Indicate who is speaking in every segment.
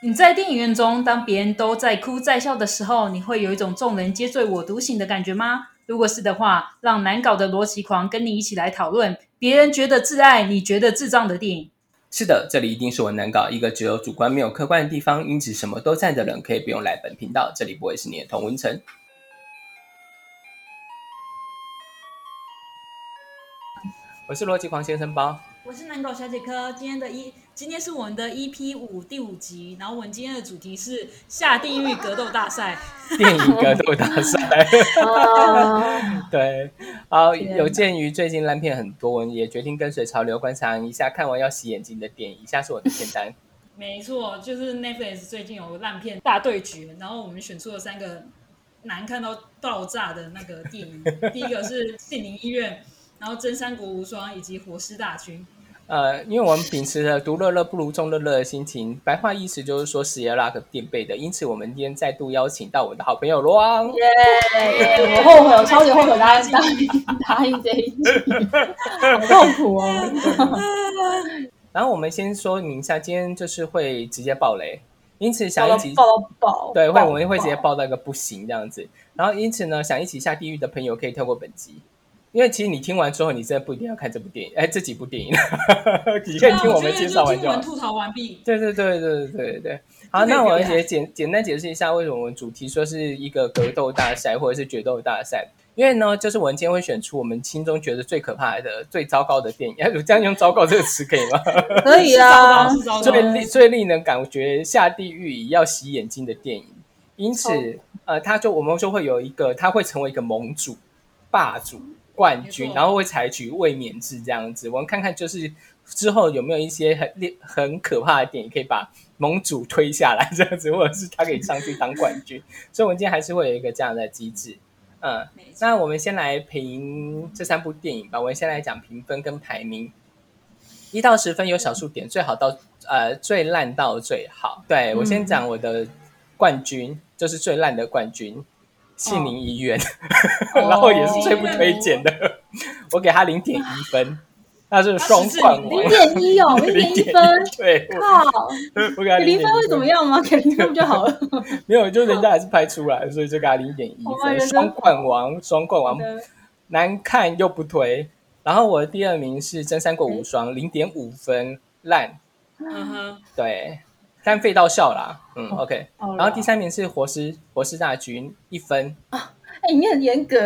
Speaker 1: 你在电影院中，当别人都在哭在笑的时候，你会有一种众人皆醉我独醒的感觉吗？如果是的话，让难搞的逻辑狂跟你一起来讨论别人觉得挚爱、你觉得智障的电影。
Speaker 2: 是的，这里一定是我难搞一个只有主观没有客观的地方，因此什么都站的人可以不用来本频道，这里不会是你的同文层。我是逻辑狂先生包，
Speaker 1: 我是难搞小姐科，今天的一今天是我们的 EP 五第五集，然后我们今天的主题是下地狱格斗大赛。
Speaker 2: 电影格斗大赛。
Speaker 3: 哦，
Speaker 2: 对，好，
Speaker 1: 天
Speaker 2: 有
Speaker 1: 哪
Speaker 2: 鉴于最近烂片很多，我也决定跟随潮流观察一下，看完要洗眼睛的电影。以下是我的片单。
Speaker 1: 没错，就是 Netflix 最近有烂片大对决，然后我们选出了三个难看到爆炸的那个电 影，第一个是《杏林医院》，然后《真三国无双》以及《活尸大军》。
Speaker 2: 呃，因为我们秉持着独乐乐不如众乐乐的心情，白话意思就是说屎也拉个垫背的，因此我们今天再度邀请到我的好朋友罗昂。
Speaker 3: 耶！我后悔，我超级后悔答应答应答应这一集，好痛苦哦。
Speaker 2: 然后我们先说明一下，今天就是会直接爆雷，因此想
Speaker 3: 爆
Speaker 2: 一
Speaker 3: 到
Speaker 2: 起
Speaker 3: 爆到爆，
Speaker 2: 对会
Speaker 3: 爆
Speaker 2: 我们会直接
Speaker 3: 爆
Speaker 2: 爆到一个不行这样子。然后因此呢，想一起下地狱的朋友可以跳过本集。因为其实你听完之后，你真的不一定要看这部电影，哎，这几部电影，你可以听我们介绍
Speaker 1: 对啊我觉得就
Speaker 2: 完
Speaker 1: 听
Speaker 2: 就
Speaker 1: 我
Speaker 2: 好
Speaker 1: 们。吐槽完毕。
Speaker 2: 对对对对对对对。好，
Speaker 1: 就可以
Speaker 2: 那我
Speaker 1: 表达
Speaker 2: 也简简单解释一下，为什么我们主题说是一个格斗大赛或者是决斗大赛？因为呢，就是我们今天会选出我们心中觉得最可怕的、最糟糕的电影。哎，我这样用“糟糕”这个词可以吗？
Speaker 3: 可以啊
Speaker 1: 是，糟糕是糟糕
Speaker 2: 最令最令人感觉下地狱也要洗眼睛的电影。因此，呃，他就我们就会有一个，他会成为一个盟主、霸主、冠
Speaker 1: 没
Speaker 2: 军，
Speaker 1: 错
Speaker 2: 然后会采取卫冕制这样子。我们看看就是之后有没有一些很厉很可怕的电影可以把盟主推下来这样子，或者是他可以上去当冠军。所以，我们今天还是会有一个这样的机制。嗯，
Speaker 1: 没错
Speaker 2: 那我们先来评这三部电影吧。我们先来讲评分跟排名，一到十分有小数点，最好到呃最烂到最好。对我先讲我的冠军，就是最烂的冠军，杏林医院，
Speaker 3: 哦
Speaker 2: 然后也是最不推荐的，我给他零点一分，那是双冠
Speaker 1: 他
Speaker 3: 零
Speaker 2: 王，
Speaker 1: 14
Speaker 3: 点一哦，零点一分
Speaker 2: 对，我
Speaker 3: 靠，
Speaker 2: 我给他
Speaker 3: 给
Speaker 2: 零
Speaker 3: 零
Speaker 2: 点
Speaker 3: 分会
Speaker 2: 一
Speaker 3: 怎么
Speaker 2: 分，
Speaker 3: 样吗？给零分不就好了？
Speaker 2: 没有，就人家还是拍出来，所以就给他零点一
Speaker 3: 哇
Speaker 2: 分，
Speaker 3: 哦人生
Speaker 2: 双冠王，双冠王
Speaker 3: 对
Speaker 2: 难看又不推。然后我的第二名是《真三国无双》，零点五分，烂，
Speaker 1: 嗯哼，
Speaker 2: 对，但废到笑啦，嗯，OK。
Speaker 1: 哦
Speaker 3: 好啦
Speaker 2: 然后第三名是《活尸活尸大军》，一分，
Speaker 3: 哎，你很严格，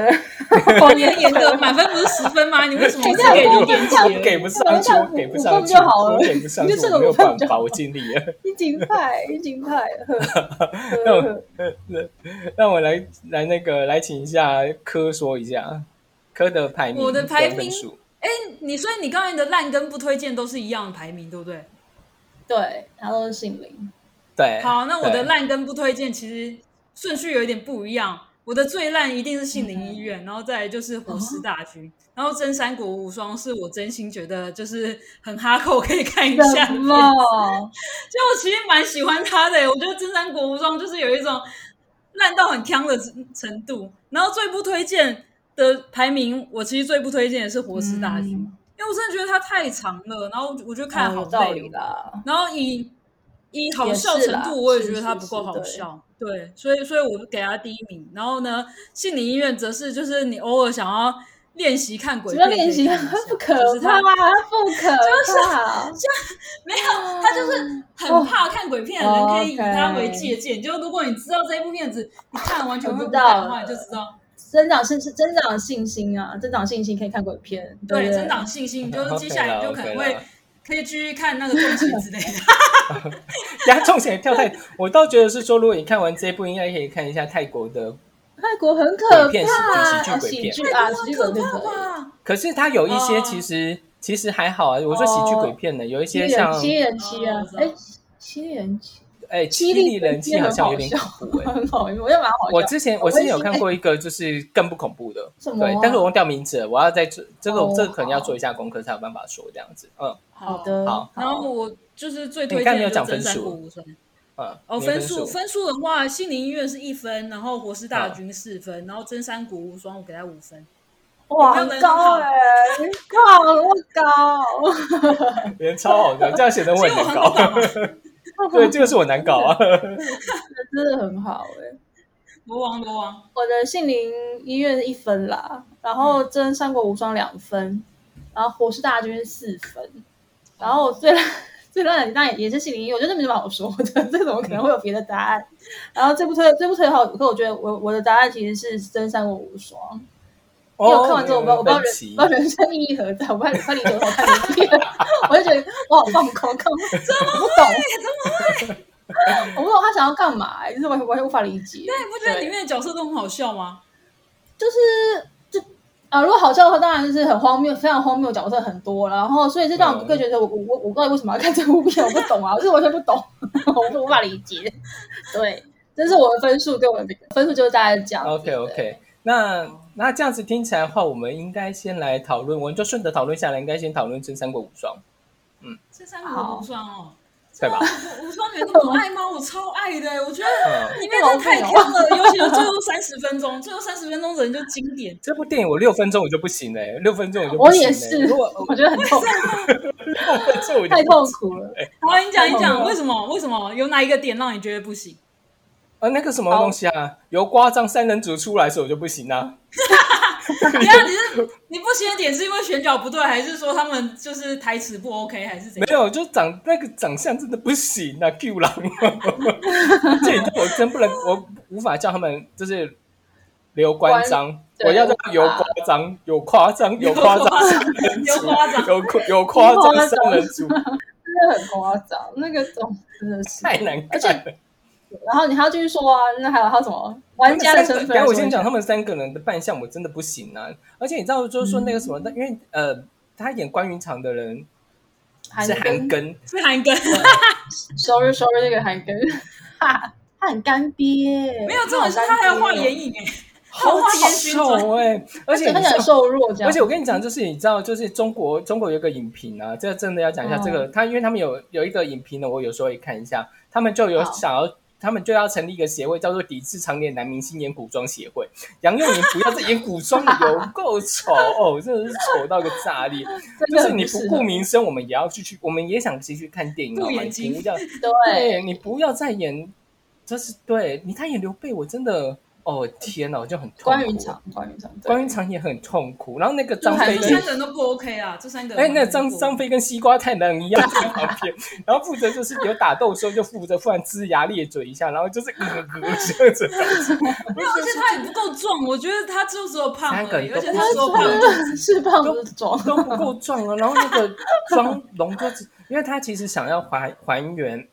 Speaker 1: 哦，你很严格，满分不是十分吗？你为什 么只给零点
Speaker 2: 我
Speaker 1: 几？
Speaker 2: 给不上去，
Speaker 3: 我
Speaker 2: 我
Speaker 3: 给
Speaker 2: 给不
Speaker 3: 五
Speaker 2: 上
Speaker 3: 分
Speaker 2: 去，
Speaker 3: 就好了
Speaker 2: 我给不上
Speaker 3: 你
Speaker 2: 去，
Speaker 3: 就这
Speaker 2: 我
Speaker 3: 个
Speaker 2: 没有
Speaker 3: 五分
Speaker 2: 办
Speaker 3: 就
Speaker 2: 法，
Speaker 3: 好
Speaker 2: 我尽力了。
Speaker 3: 你金派，你金派，呵
Speaker 2: 那
Speaker 3: 呵
Speaker 2: 我
Speaker 3: 呵
Speaker 2: 让我来来那个来请一下科说一下科的排名，
Speaker 1: 我的排名
Speaker 2: 分数
Speaker 1: 哎，你所以你刚才的烂跟不推荐都是一样的排名，对不对？
Speaker 3: 对，他都是姓林，哎
Speaker 2: 对，
Speaker 1: 好，那我的
Speaker 2: 对
Speaker 1: 烂跟不推荐其实顺序有一点不一样。我的最烂一定是杏林医
Speaker 3: 嗯
Speaker 1: 院，然后再来就是
Speaker 3: 哦
Speaker 1: 活尸大军，然后真三国无双是我真心觉得就是很哈扣，可以看一下
Speaker 3: 什
Speaker 1: 的。
Speaker 3: 么？
Speaker 1: 就我其实蛮喜欢他的耶，我觉得《真三国无双》就是有一种烂到很坑的程度。然后最不推荐的排名，我其实最不推荐的是《活尸大军》
Speaker 3: 嗯
Speaker 1: 因为我真的觉得它太长了，然后我就看
Speaker 3: 哦
Speaker 1: 好
Speaker 3: 有道
Speaker 1: 累
Speaker 3: 理
Speaker 1: 哦、
Speaker 3: 啦。
Speaker 1: 然后以以好
Speaker 3: 也
Speaker 1: 笑
Speaker 3: 是
Speaker 1: 程
Speaker 3: 啦
Speaker 1: 度，我也
Speaker 3: 是
Speaker 1: 觉得它
Speaker 3: 是
Speaker 1: 不够
Speaker 3: 是
Speaker 1: 好
Speaker 3: 对
Speaker 1: 笑。对，所以所以我给他第一名。然后呢，心理医院则是就是你偶尔想要练习看鬼
Speaker 3: 只
Speaker 1: 片可
Speaker 3: 要
Speaker 1: 以看
Speaker 3: 练
Speaker 1: 一
Speaker 3: 习
Speaker 1: 下，
Speaker 3: 不
Speaker 1: 就
Speaker 3: 可
Speaker 1: 是它
Speaker 3: 怕，不 可 怕，
Speaker 1: 没有，他就是很怕看鬼片的人，
Speaker 3: 哦
Speaker 1: 可以以它
Speaker 3: OK
Speaker 1: 为借鉴。就如果你知道这部片子，你看完全会不
Speaker 3: 我知道
Speaker 1: 看的话，你就知道
Speaker 3: 增长信增长信心啊，增长信心可以看鬼片，对
Speaker 1: 对
Speaker 3: 不对，
Speaker 1: 增长信 心，就是接下来你就可能
Speaker 2: 哦 OK
Speaker 1: 会
Speaker 2: 啦
Speaker 1: 可以继续看那个传奇之类的。
Speaker 2: 等下重点跳太， 我倒觉得是说，如果你看完这一部，应该可以看一下泰国的，
Speaker 3: 泰国很
Speaker 2: 鬼
Speaker 3: 可
Speaker 2: 片喜剧喜
Speaker 3: 怕，
Speaker 2: 剧鬼
Speaker 3: 喜
Speaker 2: 片
Speaker 3: 剧 啊，喜 剧鬼片可以。
Speaker 1: 哇，
Speaker 2: 可是它有一些
Speaker 1: 哦
Speaker 2: 其实、其实还好啊。我说喜剧鬼片呢，有一
Speaker 3: 七
Speaker 2: 些像
Speaker 3: 哦人七人七
Speaker 1: 哦
Speaker 3: 啊
Speaker 1: 我知，道
Speaker 3: 哎，七人七，啊
Speaker 2: 哎《
Speaker 3: 七
Speaker 2: 七
Speaker 3: 力
Speaker 2: 力人气》好像有点恐怖哎、
Speaker 3: 很好用，我觉得蛮好
Speaker 2: 我
Speaker 3: 用。
Speaker 2: 之前
Speaker 3: 我
Speaker 2: 我之前
Speaker 3: 也
Speaker 2: 有
Speaker 3: 是
Speaker 2: 看过一个，就是更不恐怖的，
Speaker 3: 什么啊
Speaker 2: 对，但是我忘掉名字了，我要在这这个、
Speaker 3: 哦
Speaker 2: 这个可能要
Speaker 3: 好
Speaker 2: 做一下功课才有办法说这样子，嗯
Speaker 3: 好。的，
Speaker 2: 好
Speaker 1: 然后我就是最
Speaker 2: 你
Speaker 1: 推
Speaker 2: 刚
Speaker 1: 荐
Speaker 2: 才没
Speaker 1: 的就
Speaker 2: 有
Speaker 1: 是《
Speaker 2: 讲
Speaker 1: 真
Speaker 2: 分
Speaker 1: 三
Speaker 2: 数
Speaker 1: 国无双》。
Speaker 2: 嗯，
Speaker 1: 哦，
Speaker 2: 你
Speaker 1: 分
Speaker 2: 数
Speaker 1: 数分数的话，心灵医院是一分，然后活尸大军四分，然后真三国无双我给他五分。
Speaker 3: 哇，
Speaker 1: 有
Speaker 3: 很
Speaker 1: 没有人
Speaker 3: 高
Speaker 1: 很好
Speaker 3: 哎，靠，那么高，
Speaker 2: 人超好的，这样显得我
Speaker 1: 所以
Speaker 2: 很
Speaker 1: 我
Speaker 2: 难
Speaker 1: 很好
Speaker 2: 搞。
Speaker 1: 搞嘛。
Speaker 3: 啊
Speaker 2: 对，这个是我难搞 啊。
Speaker 3: 真的很好哎、
Speaker 1: 国王国王，
Speaker 3: 我的杏林医院是一分啦，然后
Speaker 1: 嗯
Speaker 3: 真三国无双两分，然后火势大军是四分，然后我最烂 最烂的当然也是杏林医院，我觉得这没什么好说的， 这怎么可能会有别的答案？然后这部推这部推的好，可我觉得我我的答案其实是真三国无双。因为我
Speaker 1: 哦
Speaker 3: 看完之后，我不知道我不知道
Speaker 2: 分
Speaker 3: 人
Speaker 2: 歧
Speaker 3: 不知道人生意义何在，我 不知道我不知道理多少看不遍，我就觉得我好放空， 看不我不懂， 我不懂他想要干嘛、欸就是我完全无法理解。
Speaker 1: 那你不觉得
Speaker 3: 对
Speaker 1: 里面的角色都很好笑吗？
Speaker 3: 就是就啊、如果好笑的话，当然就是很荒谬，非常荒谬，角色很多，然后所以这让我
Speaker 2: 嗯
Speaker 3: 更觉得我我我我到底为什么要看这部片，我不懂啊，我是完全不 懂，我无法理解。对， 这是我的分数，对我的分数就是大概这样子。
Speaker 2: 哦 OK
Speaker 3: 对
Speaker 2: OK，那那这样子听起来的话，我们应该先来讨论，我们就顺着讨论下来，应该先讨论真三国无双，
Speaker 1: 这三国无双哦，
Speaker 2: 对吧？
Speaker 1: 无双你们都不爱 吗？我超爱的，我觉 得
Speaker 2: 嗯，
Speaker 1: 里面真的太跳了，尤其是最后三十分钟，最后三十分钟人就经典。
Speaker 2: 这部电影我六分钟我就不行了，六分钟我就不
Speaker 3: 我
Speaker 2: 行
Speaker 3: 也
Speaker 2: 了
Speaker 3: 是
Speaker 2: 如果，
Speaker 3: 我觉得很痛，
Speaker 2: 六分钟我就
Speaker 3: 太
Speaker 2: 不
Speaker 3: 痛
Speaker 2: 行
Speaker 3: 苦了。
Speaker 1: 好，你讲你
Speaker 3: 太好
Speaker 1: 讲，
Speaker 3: 了
Speaker 1: 为什么为什么有哪一个点让你觉得不 行？
Speaker 2: 啊，那个什么东西啊，由瓜张三人组出来的时候我就不行啊，
Speaker 1: 等一下你是你不行的点是因为选角不对，还是说他们就是台词不 OK，还是怎
Speaker 2: 没
Speaker 1: 样？
Speaker 2: 有，就长那个长相真的不行啊，Q 狼，这里我真不能，我无法叫他们就是刘关张，
Speaker 3: 对
Speaker 2: 我要叫有夸张，有夸张，有夸 张。
Speaker 1: 有 夸张，
Speaker 2: 有夸有夸张三人组，
Speaker 3: 真的很夸张，那个种真的是
Speaker 2: 太难看了。
Speaker 3: 然后你还要继续说啊，那还有还有什么玩家的身份
Speaker 2: 等一
Speaker 3: 啊？
Speaker 2: 下我先讲他们三个人的扮相，我真的不行啊！而且你知道，就是说那个什么，那因
Speaker 3: 嗯
Speaker 2: 为呃，他演关云长的人
Speaker 3: 韩
Speaker 2: 是韩
Speaker 3: 庚
Speaker 2: 庚，
Speaker 1: 是韩庚。
Speaker 3: ，sorry sorry，那个韩庚，哈， 他很干瘪，
Speaker 1: 没有，这种是他还要画眼影哎、
Speaker 2: 好
Speaker 1: 好眼熏
Speaker 2: 丑哎！而且
Speaker 3: 整
Speaker 2: 你
Speaker 3: 个
Speaker 2: 知
Speaker 3: 很
Speaker 2: 道。
Speaker 3: 瘦弱这样。
Speaker 2: 而且我跟你讲，就是你知道，就是中国中国有一个影评啊，这真的要讲一下
Speaker 3: 嗯
Speaker 2: 这个。他因为他们有有一个影评呢，我有时候也看一下，他们就有
Speaker 3: 好
Speaker 2: 想要，他们就要成立一个协会，叫做抵制常年男明星演古装协会。杨佑宁不要再演古装了，有够丑哦，真的是丑到一个炸裂。
Speaker 3: 真
Speaker 2: 就
Speaker 3: 的
Speaker 2: 是
Speaker 3: 很
Speaker 2: 你不
Speaker 3: 适合
Speaker 2: 顾名声，我们也要去去，我们也想继续看电影
Speaker 1: 顾
Speaker 2: 好吗？
Speaker 1: 眼
Speaker 2: 你
Speaker 1: 睛
Speaker 2: 不要，
Speaker 3: 对，
Speaker 2: 对你不要再演，就是对你他演刘备，我真的哦天哪，我就很痛苦。
Speaker 3: 关云长，关云长，对
Speaker 2: 关云长也很痛苦，然后那个张
Speaker 3: 就还
Speaker 2: 飞
Speaker 1: 这
Speaker 3: 是
Speaker 1: 三
Speaker 2: 跟
Speaker 1: 个人都不 OK 啊，这三个人。
Speaker 2: 哎、那张张飞跟西瓜太郎一样在旁边，然后负责就是有打斗的时候就负责突然龇牙咧嘴一下，然后就是咯咯咯这样子。
Speaker 1: 没有，而且他也不够壮，我觉得他就只有胖
Speaker 2: 三个
Speaker 1: 而已，
Speaker 2: 人都
Speaker 1: 而且
Speaker 2: 不
Speaker 1: 他说
Speaker 2: 够壮
Speaker 1: 胖
Speaker 3: 真的是胖不是壮，
Speaker 2: 都不够壮啊，然后那个妆容就只，因为他其实想要还还原，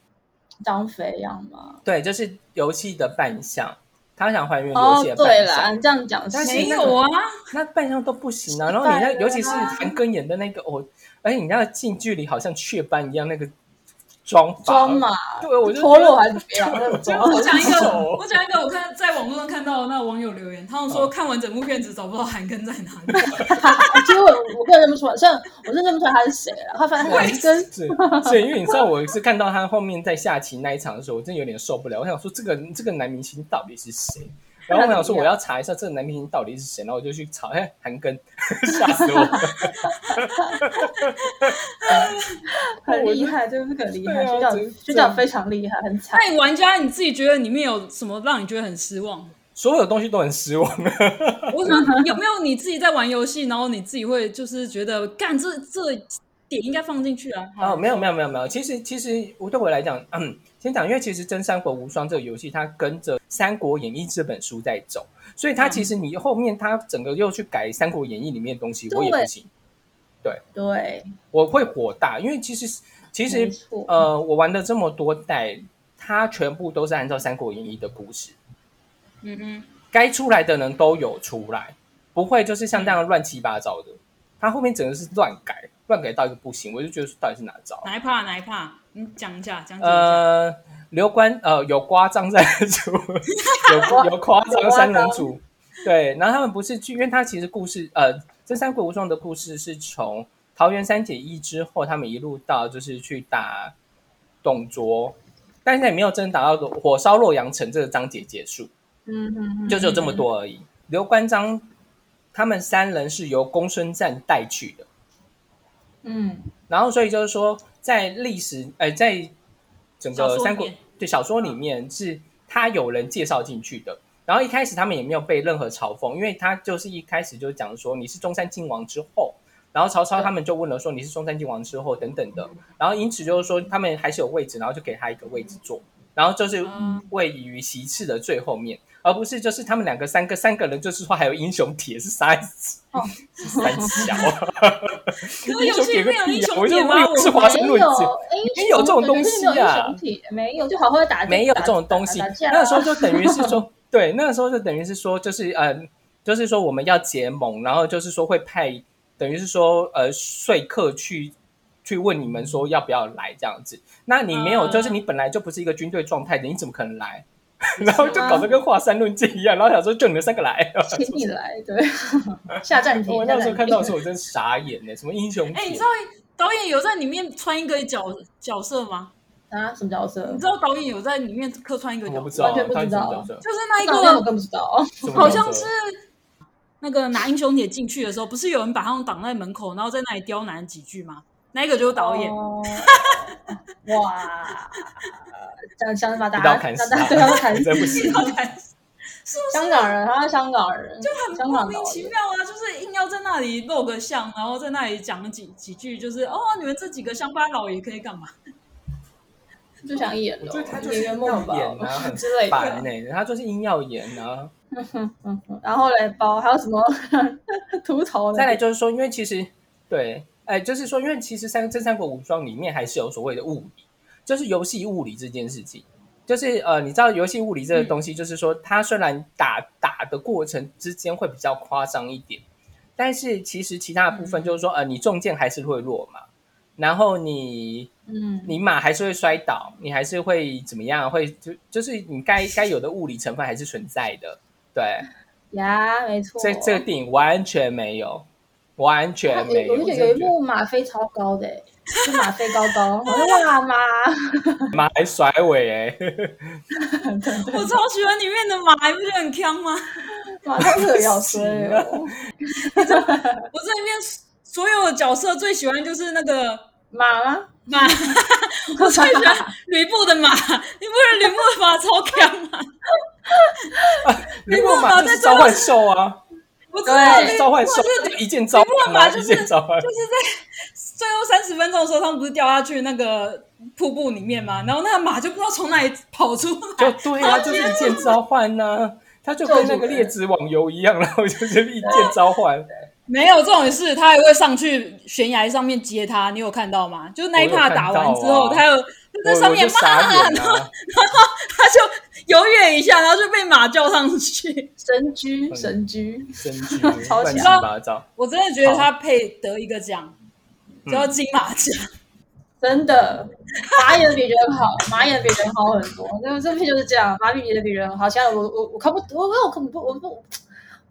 Speaker 3: 张飞一样吗？
Speaker 2: 对，就是游戏的扮相，他想还原游
Speaker 3: 哦
Speaker 2: 戏的，
Speaker 3: 对
Speaker 2: 扮相。
Speaker 3: 啦，你这样讲是
Speaker 2: 但是
Speaker 1: 没
Speaker 2: 那个
Speaker 1: 有啊，
Speaker 2: 那扮相都不行啊。然后你那
Speaker 3: 失败了啊
Speaker 2: 尤其是韩庚演的那个哦，而且你那近距离好像雀斑一样那个妆法，
Speaker 3: 装嘛，
Speaker 2: 对， 我就
Speaker 3: 脱
Speaker 2: 觉得
Speaker 3: 落还是怎么样？那种
Speaker 2: 这样
Speaker 3: 装
Speaker 1: 我 讲一
Speaker 2: 很
Speaker 1: 个
Speaker 2: 丑，
Speaker 1: 我讲一个，我看在网络上看到的那网友留言，他们说看完整部片子找不到韩庚在哪里，
Speaker 3: 其实我我个人认不出来，虽然我是认不出来他是谁了，他反正韩庚
Speaker 2: 是，所以因为你知道，我是看到他后面在下棋那一场的时候，我真的有点受不了。我想说，这个这个男明星到底是谁？然后我想说，我要查一下这个男明星到底是谁，然后我就去查，哎，韩庚， 吓死我！
Speaker 3: 很厉害，真的是很厉害，
Speaker 2: 对啊
Speaker 3: 学长
Speaker 2: 真
Speaker 3: 学长非常厉害，很 惨。
Speaker 1: 那你玩家你自己觉得里面有什么让你觉得很失望？
Speaker 2: 所有东西都很失望。
Speaker 1: 我想有没有你自己在玩游戏，然后你自己会就是觉得干这这点应该放进去啊？
Speaker 3: 嗯
Speaker 2: 哦，没有没有没有没有，其实其实我对我来讲，嗯，先讲，因为其实《真三国无双》这个游戏，它跟着《三国演义》这本书在走，所以它其实你后面它整个又去改《三国演义》里面的东西，我也不
Speaker 3: 嗯对
Speaker 2: 行，
Speaker 3: 对，
Speaker 2: 我会火大，因为其实其实
Speaker 3: 没错，
Speaker 2: 呃，我玩的这么多代，它全部都是按照《三国演义》的故事，
Speaker 1: 嗯哼。
Speaker 2: 该出来的人都有出来，不会就是像这样乱七八糟的。它后面整个是乱改，乱改到一个不行，我就觉得到底是哪招？啊
Speaker 1: 哪一怕哪一怕，你讲一下，讲解一下。
Speaker 2: 呃，刘关呃有夸张三人 组，有有夸张三人组，对，然后他们不是去，因为他其实故事呃，《真三国无双》的故事是从桃园三结义之后，他们一路到就是去打董卓，但是也没有真的打到火烧洛阳城这个章节结束，
Speaker 3: 嗯嗯嗯，
Speaker 2: 就只有这么多而已。刘关张他们三人是由公孙瓒带去的。
Speaker 3: 嗯，
Speaker 2: 然后所以就是说，在历史呃，在整
Speaker 1: 小
Speaker 2: 个
Speaker 1: 说
Speaker 2: 三
Speaker 1: 里
Speaker 2: 国
Speaker 1: 面
Speaker 2: 对小说里面是他有人介绍进去的。然后一开始他们也没有被任何嘲讽，因为他就是一开始就讲说你是中山靖王之后，然后曹操他们就问了说你是中山靖王之后等等
Speaker 1: 嗯
Speaker 2: 的，然后因此就是说他们还是有位置，然后就给他一个位置坐，然后就是
Speaker 1: 嗯
Speaker 2: 位于席次的最后面，而不是就是他们两个三个三个人就是说还有英雄帖是啥意思？
Speaker 3: 哦
Speaker 2: 是三小，
Speaker 1: 可是有些人没有英
Speaker 2: 啊！
Speaker 1: 雄
Speaker 2: 我就
Speaker 1: 帖
Speaker 2: 没
Speaker 1: 吗？
Speaker 2: 有是
Speaker 1: 我
Speaker 2: 华盛
Speaker 3: 没
Speaker 2: 论
Speaker 3: 有
Speaker 2: 节，
Speaker 3: 英雄
Speaker 2: 有这种
Speaker 3: 我觉得
Speaker 2: 东
Speaker 3: 是没有
Speaker 2: 西啊
Speaker 3: 英雄体没有，就好好地打字
Speaker 2: 没有
Speaker 3: 打
Speaker 2: 这
Speaker 3: 字
Speaker 2: 种
Speaker 3: 打
Speaker 2: 东西
Speaker 3: 打架。
Speaker 2: 那时候
Speaker 3: 啊
Speaker 2: 就等于是说，对，那时候就等于是说，就是呃，就是说我们要结盟，然后就是说会派，等于是说呃说客去去问你们说要不要来这样子。那你没有，
Speaker 1: 嗯
Speaker 2: 就是你本来就不是一个军队状态的，你怎么可能来？ 然后就搞得跟华山论剑一样，然后想说就你们三个 来。哦
Speaker 3: 请你来，对， 下暂停。
Speaker 2: 我那时候
Speaker 3: 下暂停
Speaker 2: 看到的时候，我真傻眼呢、什么英雄
Speaker 1: 哎、你
Speaker 2: 帖
Speaker 1: 知道导演有在里面穿一个角角色吗？
Speaker 3: 啊，什么角色
Speaker 1: 你？知道导演有在里面客串一个角色，
Speaker 2: 我不知道，
Speaker 3: 完全不知道
Speaker 2: 到底怎么角色
Speaker 1: 就是那一
Speaker 2: 啊
Speaker 3: 那我
Speaker 1: 个
Speaker 3: 我更不知道。
Speaker 2: 什么角色
Speaker 1: 好像是那个拿英雄帖进去的时候，不是有人把他们挡在门口，然后在那里刁难几句吗？那一个就是导演，
Speaker 3: 哦哇，这样这样把大
Speaker 2: 一刀
Speaker 3: 家，
Speaker 2: 砍
Speaker 3: 让
Speaker 2: 死啊他
Speaker 3: 大家对他们砍死。
Speaker 2: 真 不行。
Speaker 1: 是不
Speaker 3: 香
Speaker 1: 是
Speaker 3: 港人，他是香港人，就
Speaker 1: 很
Speaker 3: 香
Speaker 1: 莫
Speaker 3: 港
Speaker 1: 名
Speaker 3: 导
Speaker 1: 其
Speaker 3: 演。
Speaker 1: 妙啊？就是硬要在那里露个相，然后在那里讲几几句，就是哦，你们这几个乡巴佬也可以干嘛？
Speaker 3: 就想演
Speaker 2: 我
Speaker 3: 了
Speaker 2: 觉得他，就是
Speaker 3: 演员梦吧
Speaker 2: 要演啊
Speaker 3: 之类
Speaker 2: 烦
Speaker 3: 的。
Speaker 2: 呢、他就是硬要演啊。
Speaker 3: 嗯，然后嘞，包还有什么 秃头呢？
Speaker 2: 再来就是说，因为其实对，哎、就是说，因为其实三《真三国无双》里面还是有所谓的物理，就是游戏物理这件事情。就是呃，你知道游戏物理这个东西，就是说，它虽然打打的过程之间会比较夸张一点，但是其实其他的部分就是说，呃，你中箭还是会落嘛，然后你
Speaker 3: 嗯，
Speaker 2: 你马还是会摔倒，你还是会怎么样？会就就是你该该有的物理成分还是存在的，对。
Speaker 3: 呀，没错。
Speaker 2: 这这个电影完全没有，完
Speaker 3: 他
Speaker 2: 全没有。
Speaker 3: 我就觉呃得有一幕马飞超高的、欸，就马飞高高，我说哇马，
Speaker 2: 马来甩尾哎、
Speaker 1: 我超喜欢里面的马，你不觉得很香吗？
Speaker 3: 马上就有要衰哦，
Speaker 1: 我这里面所有的角色最喜欢就是那个
Speaker 3: 马吗？
Speaker 1: 马， 我最喜欢吕布的马，你不觉得吕布的马超强 吗？
Speaker 2: 吕布马就是召唤兽啊，
Speaker 1: 我知道
Speaker 3: 对
Speaker 1: 吕
Speaker 2: 召唤兽一键召
Speaker 1: 吕布
Speaker 2: 唤
Speaker 1: 马
Speaker 2: 啊，
Speaker 1: 就
Speaker 2: 一
Speaker 1: 是
Speaker 2: 键召唤。
Speaker 1: 就是在最后三十分钟的时候，他们不是掉下去那个瀑布里面吗？然后那个马就不知道从哪里跑出
Speaker 2: 就
Speaker 1: 来，
Speaker 2: 对啊，就是一键召唤呐、啊，他就跟那个列子网游一样，然后就是一键召唤。
Speaker 1: 没有这种事，他还会上去悬崖上面接他，你有看到吗？就是那一
Speaker 2: 我有
Speaker 1: 趴
Speaker 2: 看
Speaker 1: 打
Speaker 2: 到
Speaker 1: 完之后，
Speaker 2: 啊
Speaker 1: 他有他在上
Speaker 2: 我我
Speaker 1: 面
Speaker 2: 就傻
Speaker 1: 骂，
Speaker 2: 眼
Speaker 1: 然后
Speaker 2: 啊！
Speaker 1: 他就犹豫一下，然后就被马叫上去。
Speaker 3: 神驹
Speaker 2: 嗯
Speaker 3: 神驹，
Speaker 2: 真句
Speaker 3: 超
Speaker 2: 乱
Speaker 3: 强
Speaker 2: 七八糟，
Speaker 1: 我真的觉得他配得一个奖，
Speaker 2: 嗯
Speaker 1: 叫金马奖。
Speaker 3: 真的马演的比人好，马演的比人好很多，这这片就是这样，马演的比人好。现在我我我看不我我我看不我不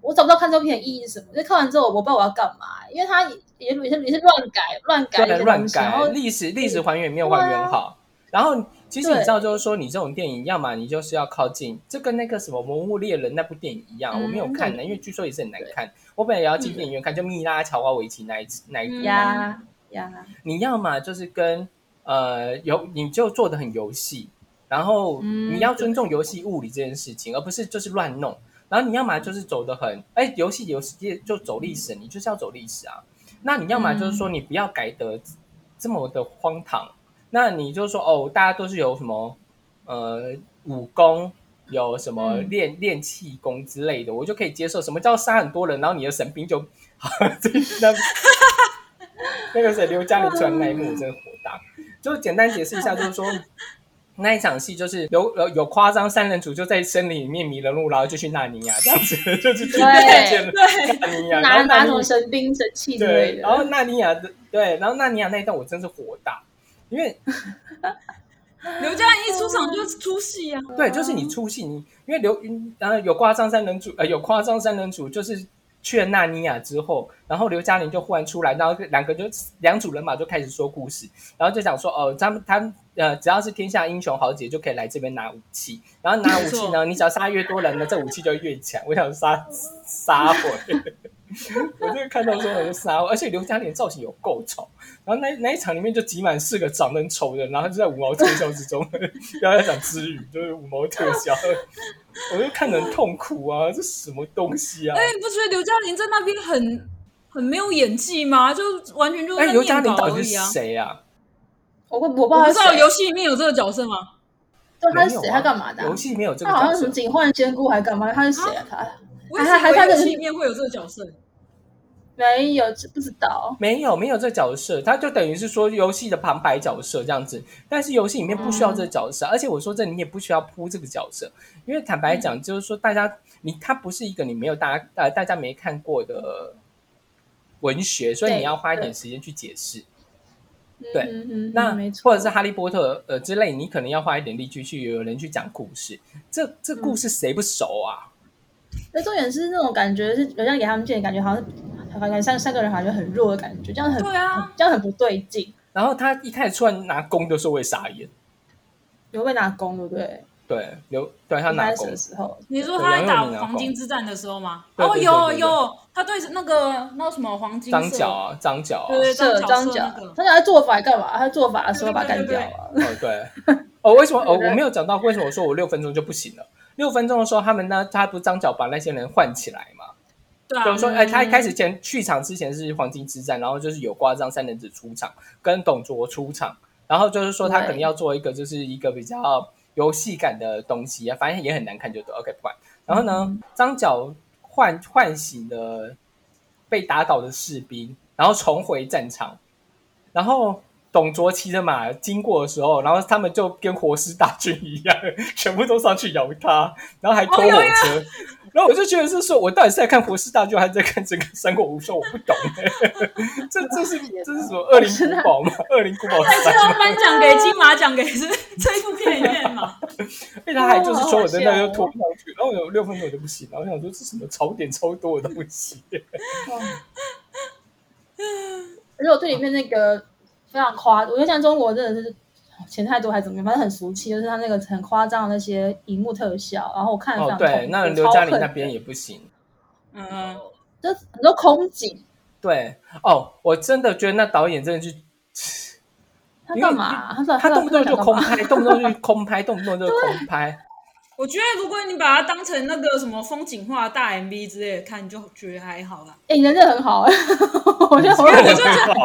Speaker 3: 我找不到看这部片的意义是什么，就看完之后我不知道我要干嘛，因为他也也也是也是乱改乱改
Speaker 2: 对，
Speaker 3: 一些
Speaker 2: 乱
Speaker 3: 东西，然
Speaker 2: 改
Speaker 3: 后啊
Speaker 2: 历史历史还原没有还原好。然后其实你
Speaker 3: 对
Speaker 2: 知道，就是说你这种电影，要么你就是要靠近，这跟那个什么《魔物猎人》那部电影一样，
Speaker 3: 嗯
Speaker 2: 我没有看呢，因为据说也是很难看。我本来也要进电影院看，就蜜拉乔瓦维奇那一次那一部。
Speaker 1: 嗯
Speaker 3: 呀呀，
Speaker 2: 你要么就是跟呃游，你就做的很游戏，然后
Speaker 3: 嗯
Speaker 2: 你要尊重游戏物理这件事情，而不是就是乱弄。然后你要么就是走的很，哎，游戏游戏就走历史，你就是要走历史啊。那你要么就是说你不要改得这么的荒唐，那你就说哦，大家都是有什么呃武功。有什么
Speaker 3: 嗯
Speaker 2: 练练气功之类的，我就可以接受。什么叫杀很多人，然后你的神兵就，那那个谁刘嘉玲传那一幕，我真的火大。就简单解释一下，就是说那一场戏就是有有有夸张三人组就在森林里面迷了路，然后就去纳尼亚这样子，就是去
Speaker 3: 对
Speaker 1: 对，
Speaker 2: 纳尼亚，然
Speaker 3: 拿
Speaker 2: 后纳
Speaker 3: 拿什
Speaker 2: 尼
Speaker 3: 么
Speaker 2: 亚
Speaker 3: 神兵神器之类
Speaker 2: 对，
Speaker 3: 的，
Speaker 2: 然后纳尼亚的对，然后纳尼亚那一段我真是火大，因为
Speaker 1: 刘嘉玲一出场就出戏啊！
Speaker 2: 对，就是你出戏，你因为刘呃有夸张三人组，呃有夸张三人组就是去了纳尼亚之后，然后刘嘉玲就忽然出来，然后两个就两组人马就开始说故事，然后就讲说哦，他们他们呃只要是天下英雄豪杰就可以来这边拿武器，然后拿武器
Speaker 1: 没
Speaker 2: 呢，你只要杀越多人呢，这武器就越强。我想杀杀回， 我这个看到说很傻，而且刘嘉玲造型有够丑，然后那那一场里面就挤满四个长得很丑的，然后就在五毛特效之中， 然后在讲之语就是五毛特效， 我就看得很痛苦啊，这什么东西啊
Speaker 1: 哎、？你不觉得刘嘉玲在那边很很没有演技吗？就完全就是
Speaker 2: 哎，
Speaker 1: 在
Speaker 2: 刘嘉
Speaker 1: 念
Speaker 2: 玲
Speaker 1: 稿
Speaker 2: 到
Speaker 1: 而
Speaker 2: 底
Speaker 1: 已
Speaker 2: 是
Speaker 1: 啊！
Speaker 2: 谁啊？
Speaker 3: 我不我不知
Speaker 1: 我
Speaker 3: 道
Speaker 1: 不
Speaker 3: 他
Speaker 1: 知道
Speaker 3: 是
Speaker 1: 游戏里面有这个角色吗？
Speaker 3: 对他
Speaker 2: 没
Speaker 3: 是
Speaker 2: 有
Speaker 3: 谁，
Speaker 2: 啊
Speaker 3: 他干嘛的啊？
Speaker 2: 游戏没有这个
Speaker 3: 他好像
Speaker 2: 角
Speaker 3: 什么
Speaker 2: 色，
Speaker 3: 警幻兼顾还干嘛？他是谁啊？他
Speaker 1: 我一直
Speaker 3: 还还
Speaker 1: 以
Speaker 3: 他
Speaker 1: 为
Speaker 3: 这
Speaker 1: 游
Speaker 3: 个
Speaker 1: 戏里
Speaker 3: 是
Speaker 1: 面会有这个角色。
Speaker 3: 没有，这不知道。
Speaker 2: 没有没有这个角色，他就等于是说游戏的旁白角色这样子。但是游戏里面不需要这个角
Speaker 3: 嗯
Speaker 2: 色，而且我说这你也不需要铺这个角色，因为坦白讲，就是说大家你它不是一个你没有大家呃大家没看过的文学，所以
Speaker 3: 对
Speaker 2: 你要花一点时间去解释。对
Speaker 3: 嗯嗯，
Speaker 2: 那
Speaker 3: 没错，
Speaker 2: 或者是哈利波特呃之类，你可能要花一点力气去有人去讲故事。这这故事谁不熟啊？
Speaker 3: 那重点是那种感觉是，好像给他们见，感觉好像感觉三三个人好像很弱的感觉，这样很
Speaker 1: 对啊，
Speaker 3: 这样很不对劲。
Speaker 2: 然后他一开始出来拿弓的时候，我也傻眼。
Speaker 3: 有被拿弓，对不对？
Speaker 2: 对，刘对他
Speaker 3: 刚
Speaker 2: 拿
Speaker 3: 开始
Speaker 2: 弓
Speaker 3: 的，时候，
Speaker 1: 你说
Speaker 2: 对
Speaker 1: 他在
Speaker 2: 杨佑
Speaker 1: 打
Speaker 2: 宁啊
Speaker 1: 黄
Speaker 2: 黄
Speaker 1: 金之战的时候吗？
Speaker 2: 对
Speaker 1: 哦，
Speaker 2: 对对
Speaker 1: 有
Speaker 2: 对对
Speaker 1: 有，他对那个那个什么黄金
Speaker 2: 张
Speaker 1: 色
Speaker 2: 角啊，张角啊，
Speaker 1: 对对张
Speaker 3: 射
Speaker 1: 角
Speaker 3: 张
Speaker 1: 射
Speaker 3: 角
Speaker 1: 那，个
Speaker 3: 张角他做法干嘛？他做法的时候把他干掉啊。
Speaker 2: 哦，对，哦，为什么？哦，
Speaker 3: 对
Speaker 2: 我没有讲到为什么我说我六分钟就不行了。六分钟的时候，他们呢，他不是张角把那些人唤起来嘛？
Speaker 1: 对
Speaker 2: 就
Speaker 1: 啊
Speaker 2: 是，说，哎，他一开始前去场之前是黄金之战，然后就是有挂让三人子出场，跟董卓出场，然后就是说他可能要做一个就是一个比较游戏感的东西啊，反正也很难看就对，OK 不管。然后呢，张角唤唤醒了被打倒的士兵，然后重回战场，然后。董卓骑着马经过的时候，然后他们就跟活尸大军一样，全部都上去咬他，然后还偷
Speaker 1: 哦有
Speaker 2: 火车。然后我就觉得是说，我到底是在看《国师大剧》，还是在看整个《三国无双》？我不懂哎、这这是这是什么《恶灵古堡》 吗？《恶灵古堡
Speaker 1: 这
Speaker 2: 三
Speaker 1: 个颁奖给金马奖给是这一部片里面嘛？》，
Speaker 2: 被他还就是说我在那就拖上去，然后有六分钟我就不行了，我想说这什么槽点超多的东西。
Speaker 3: 哇 而且我对里面那个非常夸，我觉得像中国真的是钱太多还是怎么样，反正很俗气，就是他那个很夸张的那些荧幕特效，然后我看了非
Speaker 2: 哦
Speaker 3: 常，痛苦、
Speaker 2: 对， 那刘嘉玲那边
Speaker 3: 也
Speaker 2: 也不行。
Speaker 1: 嗯，
Speaker 3: 就很多空景，
Speaker 2: 对，哦，我真的觉得那导演真的是，
Speaker 3: 他干嘛啊、他到底
Speaker 2: 他动不动就空
Speaker 3: 他到底想干嘛
Speaker 2: 拍，动不动就空拍，动不动就
Speaker 3: 啊
Speaker 2: 空拍。
Speaker 1: 我觉得如果你把它当成那个什么风景画大 MV 之类的看，你就觉得还好啦。
Speaker 3: 哎、你 人真的很好、我觉得我
Speaker 2: 我
Speaker 3: 很
Speaker 2: 就好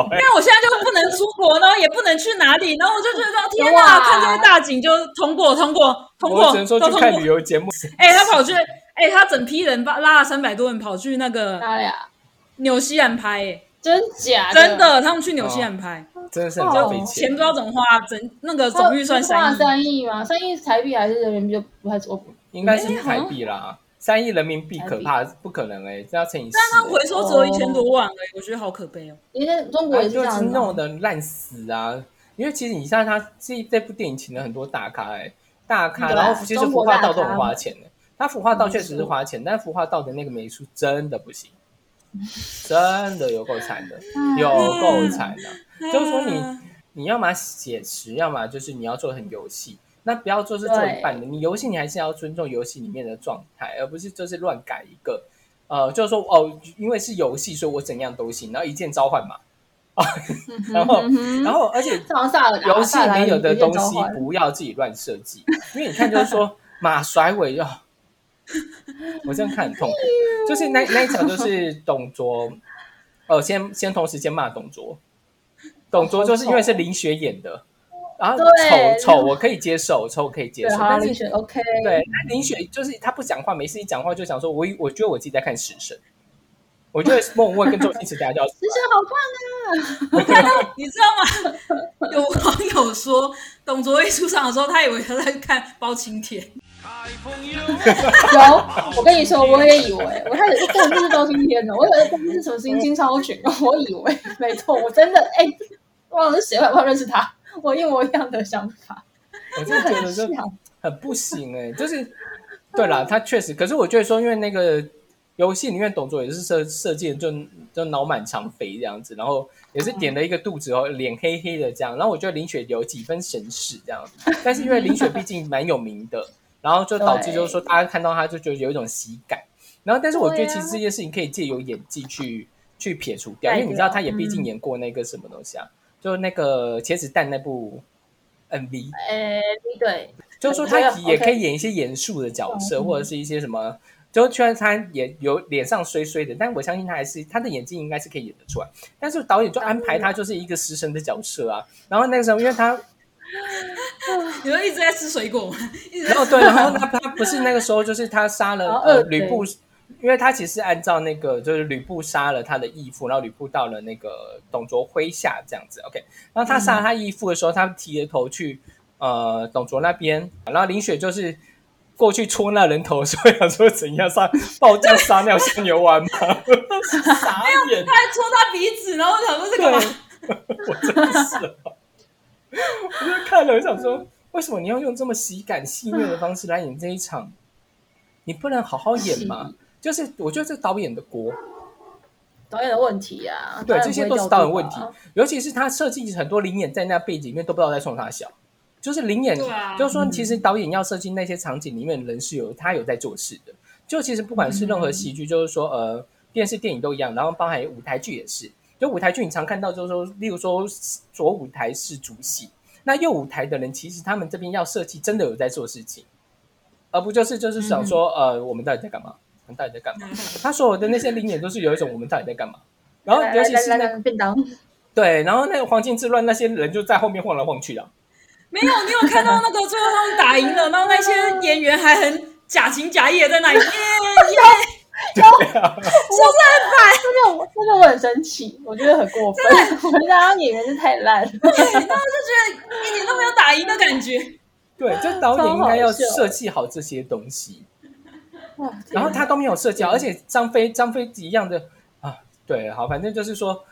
Speaker 2: 哎
Speaker 1: 因，为我现在就不能出国，然后也不能去哪里，然后我就觉得天哪，
Speaker 3: 哇
Speaker 1: 看这些大景就通过通过通过
Speaker 2: 我只能说
Speaker 1: 都
Speaker 2: 去
Speaker 1: 通
Speaker 2: 看
Speaker 1: 过
Speaker 2: 旅。游节目。
Speaker 1: 哎、他跑去，哎、他整批人把拉了三百多人跑去那个
Speaker 3: 哪里啊？
Speaker 1: 纽西兰拍、哎
Speaker 3: 真假
Speaker 1: 真的，他们去纽西
Speaker 2: 哦
Speaker 1: 兰拍，
Speaker 2: 真的是很浪费
Speaker 3: 哦
Speaker 1: 钱
Speaker 2: 钱
Speaker 1: 不知，道怎么花，整那个总预算
Speaker 3: 三
Speaker 1: 三亿，
Speaker 3: 三亿吗？三亿台币还是人民币就不太我不
Speaker 2: 应该是
Speaker 1: 哎好
Speaker 2: 台
Speaker 1: 像
Speaker 2: 币啦，三亿人民币
Speaker 3: 啊台
Speaker 2: 可
Speaker 3: 币
Speaker 2: 怕
Speaker 3: 啊
Speaker 2: 不可能哎、欸，这要乘以十、
Speaker 1: 但他
Speaker 2: 欸。
Speaker 1: 回收只有一千多万而已，我觉得好可悲哦。
Speaker 3: 因为中国
Speaker 2: 然
Speaker 3: 也
Speaker 2: 后
Speaker 3: 是这
Speaker 2: 就
Speaker 3: 样
Speaker 2: 是
Speaker 3: 子啊、
Speaker 2: 弄得烂死啊！因为其实你像他这这部电影请了很多大咖哎、大咖，
Speaker 3: 对啊
Speaker 2: 然后其实
Speaker 3: 中
Speaker 2: 服
Speaker 3: 国
Speaker 2: 化
Speaker 3: 大
Speaker 2: 道都
Speaker 3: 咖嗯
Speaker 2: 很花钱的、他服化道确实是花钱，但服化道的那个美术真的不 行，真的有够惨的，
Speaker 3: 嗯哎
Speaker 2: 有够惨的。就是说哦你
Speaker 1: 啊
Speaker 2: 你要么写实，要么就是你要做很游戏。那不要做是做一半的，你游戏你还是要尊重游戏里面的状态，而不是就是乱改一个。呃，就是说哦，因为是游戏，所以我怎样都行，然后一键召唤嘛。 然后
Speaker 3: 嗯哼
Speaker 2: 然后而且
Speaker 3: 上萨尔达
Speaker 2: 游戏
Speaker 3: 萨尔达
Speaker 2: 没有的
Speaker 3: 一键
Speaker 2: 东
Speaker 3: 召
Speaker 2: 西
Speaker 3: 唤
Speaker 2: 不要自己乱设计，因为你看就是说马甩尾哦， 我这样看很痛苦。就是那那一场就是董卓，呃，先先同时先骂董卓，董卓就是因为是林雪演的，然后
Speaker 3: 对
Speaker 2: 丑丑我可以接受，丑我可以接
Speaker 3: 对，
Speaker 2: 受，
Speaker 3: 好啦，
Speaker 2: 但
Speaker 3: 林
Speaker 2: 是
Speaker 3: 雪 OK，
Speaker 2: 对那林雪就是她不讲话，每次一讲话就想说我我觉得我自己在看死神，我觉得莫文蔚跟周星驰打交道。
Speaker 3: 林雪好棒啊！
Speaker 1: 你知道吗？有网友说，董卓一出场的时候，他以为他在看包青天，
Speaker 4: 开封有
Speaker 3: 啊 有，我跟你说，我也以为，我开始根本就是包青天的，我以为这是什么新金超群，我以为没错，我真的哎，忘了是谁，我也不知道认识他， 我一模一样的想法，
Speaker 2: 我真的
Speaker 3: 真的
Speaker 2: 觉
Speaker 3: 很
Speaker 2: 得这
Speaker 3: 像。
Speaker 2: 很不行哎、就是对啦，他确实，可是我觉得说，因为那个游戏里面董卓也是设设计的就就脑满肠肥这样子，然后也是点了一个肚子哦，脸黑黑的这样，然后我觉得林雪有几分神似这样，但是因为林雪毕竟蛮有名的，然后就导致就是说大家看到他就觉得有一种喜感。然后，但是我觉得
Speaker 3: 对啊
Speaker 2: 其实这件事情可以借由演技去去撇除掉，因为
Speaker 3: 代
Speaker 2: 你知道
Speaker 3: 表
Speaker 2: 他也毕竟演过那个什么东西啊，就是那个茄子蛋那部 MV，
Speaker 3: 哎，对，
Speaker 2: 就是说
Speaker 3: 我觉
Speaker 2: 他
Speaker 3: 得
Speaker 2: 也
Speaker 3: OK
Speaker 2: 可以演一些严肃的角色，或者是一些什么。就虽然他也有脸上衰衰的，但我相信他还是他的演技应该是可以演得出来。但是导演就安排他就是一个食神的角色啊。然后那个时候，因为他
Speaker 5: 你们一直在吃水果吗？一直 在
Speaker 2: 然后哦对，然后他他不是那个时候，就是他杀了
Speaker 3: 然后
Speaker 2: 呃
Speaker 3: 二
Speaker 2: 吕布，因为他其实按照那个就是吕布杀了他的义父，然后吕布到了那个董卓麾下这样子，OK，然后他杀了他义父的时候，他提着头去呃董卓那边，然后林雪就是。过去戳那人头的时 候，想说怎样杀爆酱杀尿像牛丸吗？ 傻眼，
Speaker 5: 他还戳他鼻子，然后我想说这
Speaker 2: 对，
Speaker 5: 干嘛？
Speaker 2: 我真的是，啊我就看了，我想说，为什么你要用这么喜感戏谑的方式来演这一场？你不能好好演吗？就是我觉得这导演的锅，
Speaker 3: 导演的问题啊，
Speaker 2: 对，
Speaker 3: 当然
Speaker 2: 这些
Speaker 3: 不
Speaker 2: 都
Speaker 3: 会
Speaker 2: 是
Speaker 3: 叫哦
Speaker 2: 导演
Speaker 3: 做
Speaker 2: 问题
Speaker 3: 吧。
Speaker 2: 尤其是他设计很多灵眼在那背景里面都不知道在冲他笑，就是灵眼，
Speaker 5: 对啊
Speaker 2: 就是说其实导演要设计那些场景里面人是有他有在做事的。就其实不管是任何戏剧，就是说呃电视电影都一样，然后包含舞台剧也是。就舞台剧你常看到就是说，例如说左舞台是主戏，那右舞台的人其实他们这边要设计真的有在做事情，而不就是就是想说、
Speaker 3: 嗯
Speaker 2: 呃我们到底在干嘛？我们到底在干嘛？他所有的那些灵眼都是有一种我们到底在干嘛？然后
Speaker 3: 来
Speaker 2: 尤其是
Speaker 3: 来
Speaker 2: 那
Speaker 3: 来来便当，
Speaker 2: 对，然后那个黄金之乱那些人就在后面晃来晃去啊的。
Speaker 5: 没有，你有看到那个最后他们打赢了，然后那些演员还很假情假意地在那里耶耶，
Speaker 3: 这个我这个我 很生气，我觉得很过分，我觉得当演员是太烂了。
Speaker 5: 然后就觉得一点都没有打赢的感觉。
Speaker 2: 对，就导演应该要
Speaker 3: 超好笑
Speaker 2: 设计好这些东西，
Speaker 3: 哇
Speaker 2: 然后他都没有设计好，
Speaker 3: 对
Speaker 2: 而且张飞张飞一样的啊，对，好，反正就是说，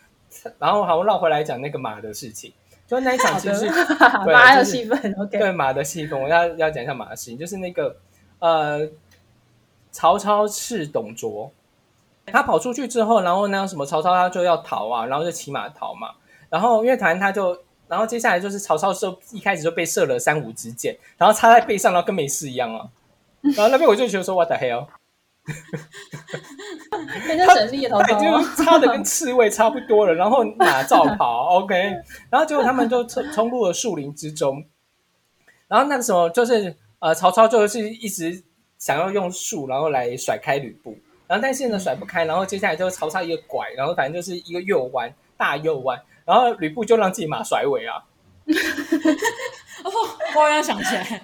Speaker 2: 然后好绕回来讲那个马的事情， 就那一场其实是
Speaker 3: 天
Speaker 2: 对
Speaker 3: 哪马还有
Speaker 2: 就是
Speaker 3: 戏份，OK，
Speaker 2: 对马的戏份，我要要讲一下马的事情，就是那个呃，曹操是董卓，他跑出去之后，然后呢，什么曹操他就要逃啊，然后就骑马逃嘛，然后因为团他就，然后接下来就是曹操就一开始就被射了三五支箭，然后插在背上，然后跟没事一样啊，然后那边我就觉得说 what the hell，
Speaker 3: 人家神力也逃
Speaker 2: 他
Speaker 3: 走
Speaker 2: 已
Speaker 5: 哦
Speaker 2: 经
Speaker 3: 了，
Speaker 2: 差的跟刺猬差不多了，然后马照跑，OK，然后结果他们就冲冲入了树林之中，然后那个时候就是呃，曹操就是一直想要用树然后来甩开吕布，然后但是呢甩不开，
Speaker 5: 嗯
Speaker 2: 然后接下来就是曹操一个拐，然后反正就是一个右弯大右弯，然后吕布就让自己马甩尾 啊，
Speaker 5: 哦，我好像想起来，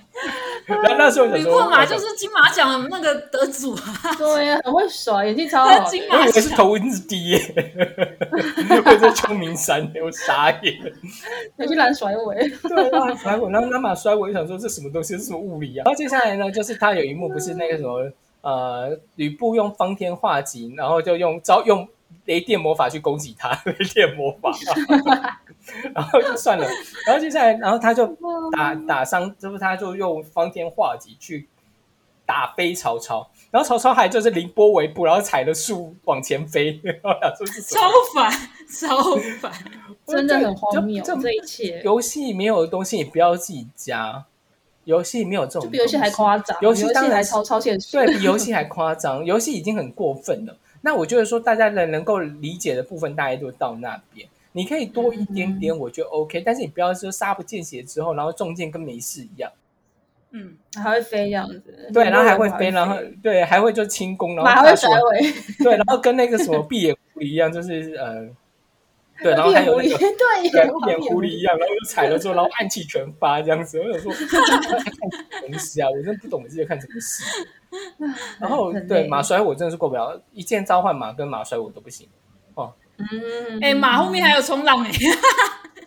Speaker 2: 然后那时候想
Speaker 5: 吕
Speaker 2: 说
Speaker 5: 布马
Speaker 2: 我
Speaker 5: 就是金马奖的那个得主啊，
Speaker 3: 对呀，很会耍，演技超
Speaker 5: 他
Speaker 3: 好。
Speaker 5: 金
Speaker 2: 我
Speaker 5: 马
Speaker 2: 以为
Speaker 5: 奖
Speaker 2: 是头文字 D 耶， 我在秋名山，我傻眼。
Speaker 3: 你去拦甩尾，
Speaker 2: 对啊，甩尾，然后拉马摔我，就想说这什么东西，这什么物理啊？然后接下来呢，就是他有一幕不是那个什么呃，吕布用方天画戟，然后就用招用雷电魔法去攻击他，雷电魔法， 然后就算了，然后接下来，然后他就打
Speaker 3: 嗯
Speaker 2: 打伤，就是他就用方天画戟去打飞曹操，然后曹操还就是凌波微步，然后踩了树往前飞， 然后想说是什么
Speaker 5: 超烦，超烦。
Speaker 3: 真的很荒谬，
Speaker 2: 这
Speaker 3: 这一切
Speaker 2: 游戏没有的东西，你不要自己加。游戏没有这种，
Speaker 3: 就比游戏还夸张，
Speaker 2: 游
Speaker 3: 游
Speaker 2: 戏
Speaker 3: 戏
Speaker 2: 当然
Speaker 3: 还
Speaker 2: 是
Speaker 3: 超超现实。
Speaker 2: 对比游戏还夸张，游戏已经很过分了。那我觉得说大家能能够理解的部分，大概就到那边。你可以多一点点，我觉得 OK，、但是你不要说杀不见血之后，然后中箭跟没事一样。
Speaker 5: 嗯，
Speaker 3: 还会飞这样子，
Speaker 2: 对，然后还会飞，然后对，还会就轻功，然后
Speaker 3: 马还
Speaker 2: 大
Speaker 3: 会
Speaker 2: 手
Speaker 3: 甩尾，
Speaker 2: 对，然后跟那个什么闭眼狐狸一样，就是呃，对，然后还有那
Speaker 3: 野狐
Speaker 2: 个
Speaker 3: 狸 对
Speaker 2: 对
Speaker 3: 野狐，
Speaker 2: 变
Speaker 3: 狸
Speaker 2: 狐狸一样，然后就踩了之后，然后暗器全发这样子。我想说，看什么东西啊？我真的不懂你在看什么戏。然后
Speaker 3: 很
Speaker 2: 对
Speaker 3: 累
Speaker 2: 马甩我真的是过不了，一键召唤马跟马甩我都不行。
Speaker 3: 嗯，
Speaker 5: 哎、马后面还有冲 浪哎、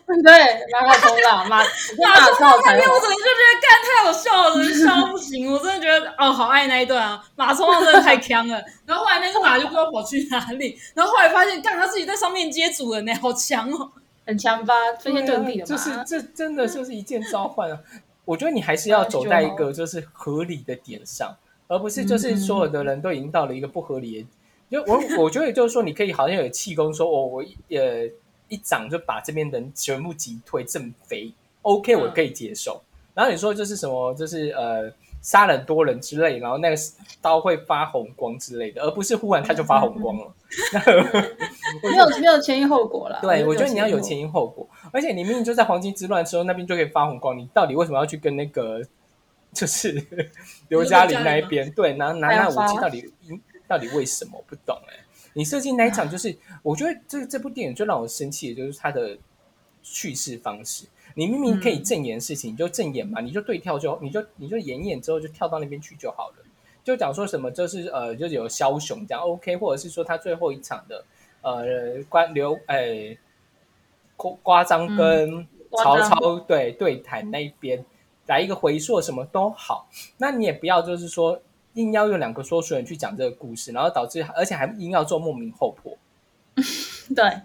Speaker 3: 对，马还冲浪，
Speaker 5: 马
Speaker 3: 马马
Speaker 5: 冲浪
Speaker 3: 超
Speaker 5: 那
Speaker 3: 才
Speaker 5: 边我整个就觉得干太好笑了，笑到不行，我真的觉得哦好爱那一段啊，马冲浪真的太强了。然后后来那个马就不知道跑去哪里，然后后来发现干他自己在上面接主人呢、好强哦。
Speaker 3: 很强吧，飞天遁地的
Speaker 2: 就
Speaker 3: 马，
Speaker 2: 是这真的就是一键召唤啊！我觉得你还是要走在一个就是合理的点上，而不是就是
Speaker 3: 嗯
Speaker 2: 所有的人都已经到了一个不合理的。就我我觉得就是说，你可以好像有气功，说我我一呃一掌就把这边人全部击退震飞，OK，
Speaker 5: 嗯
Speaker 2: 我可以接受。然后你说就是什么，就是呃杀了多人之类，然后那个刀会发红光之类的，而不是忽然它就发红光了。
Speaker 3: 没有没有前因后果啦。
Speaker 2: 对，我觉得你要有
Speaker 3: 前
Speaker 2: 前
Speaker 3: 因
Speaker 2: 因后果，而且你明明就在黄金之乱的时候那边就可以发红光，你到底为什么要去跟那个就是刘嘉玲那一边对拿拿那
Speaker 3: 还要
Speaker 2: 武器
Speaker 3: 发
Speaker 2: 到底嗯到底为什么我不懂哎、你设计那一场就是，我觉得这这部电影最让我生气的就是它的叙事方式。你明明可以正言事情，你就正言嘛，你就对跳就你就你就演演之后就跳到那边去就好了。就讲说什么就是呃，就是有枭雄这样 OK，或者是说他最后一场的呃关刘呃瓜瓜张跟
Speaker 3: 瓜
Speaker 2: 曹
Speaker 3: 张
Speaker 2: 操对对谈那一边来一个回溯什么都好，那你也不要就是说硬要用两个说书人去讲这个故事，然后导致而且还硬要做莫名后婆，
Speaker 3: 后果对。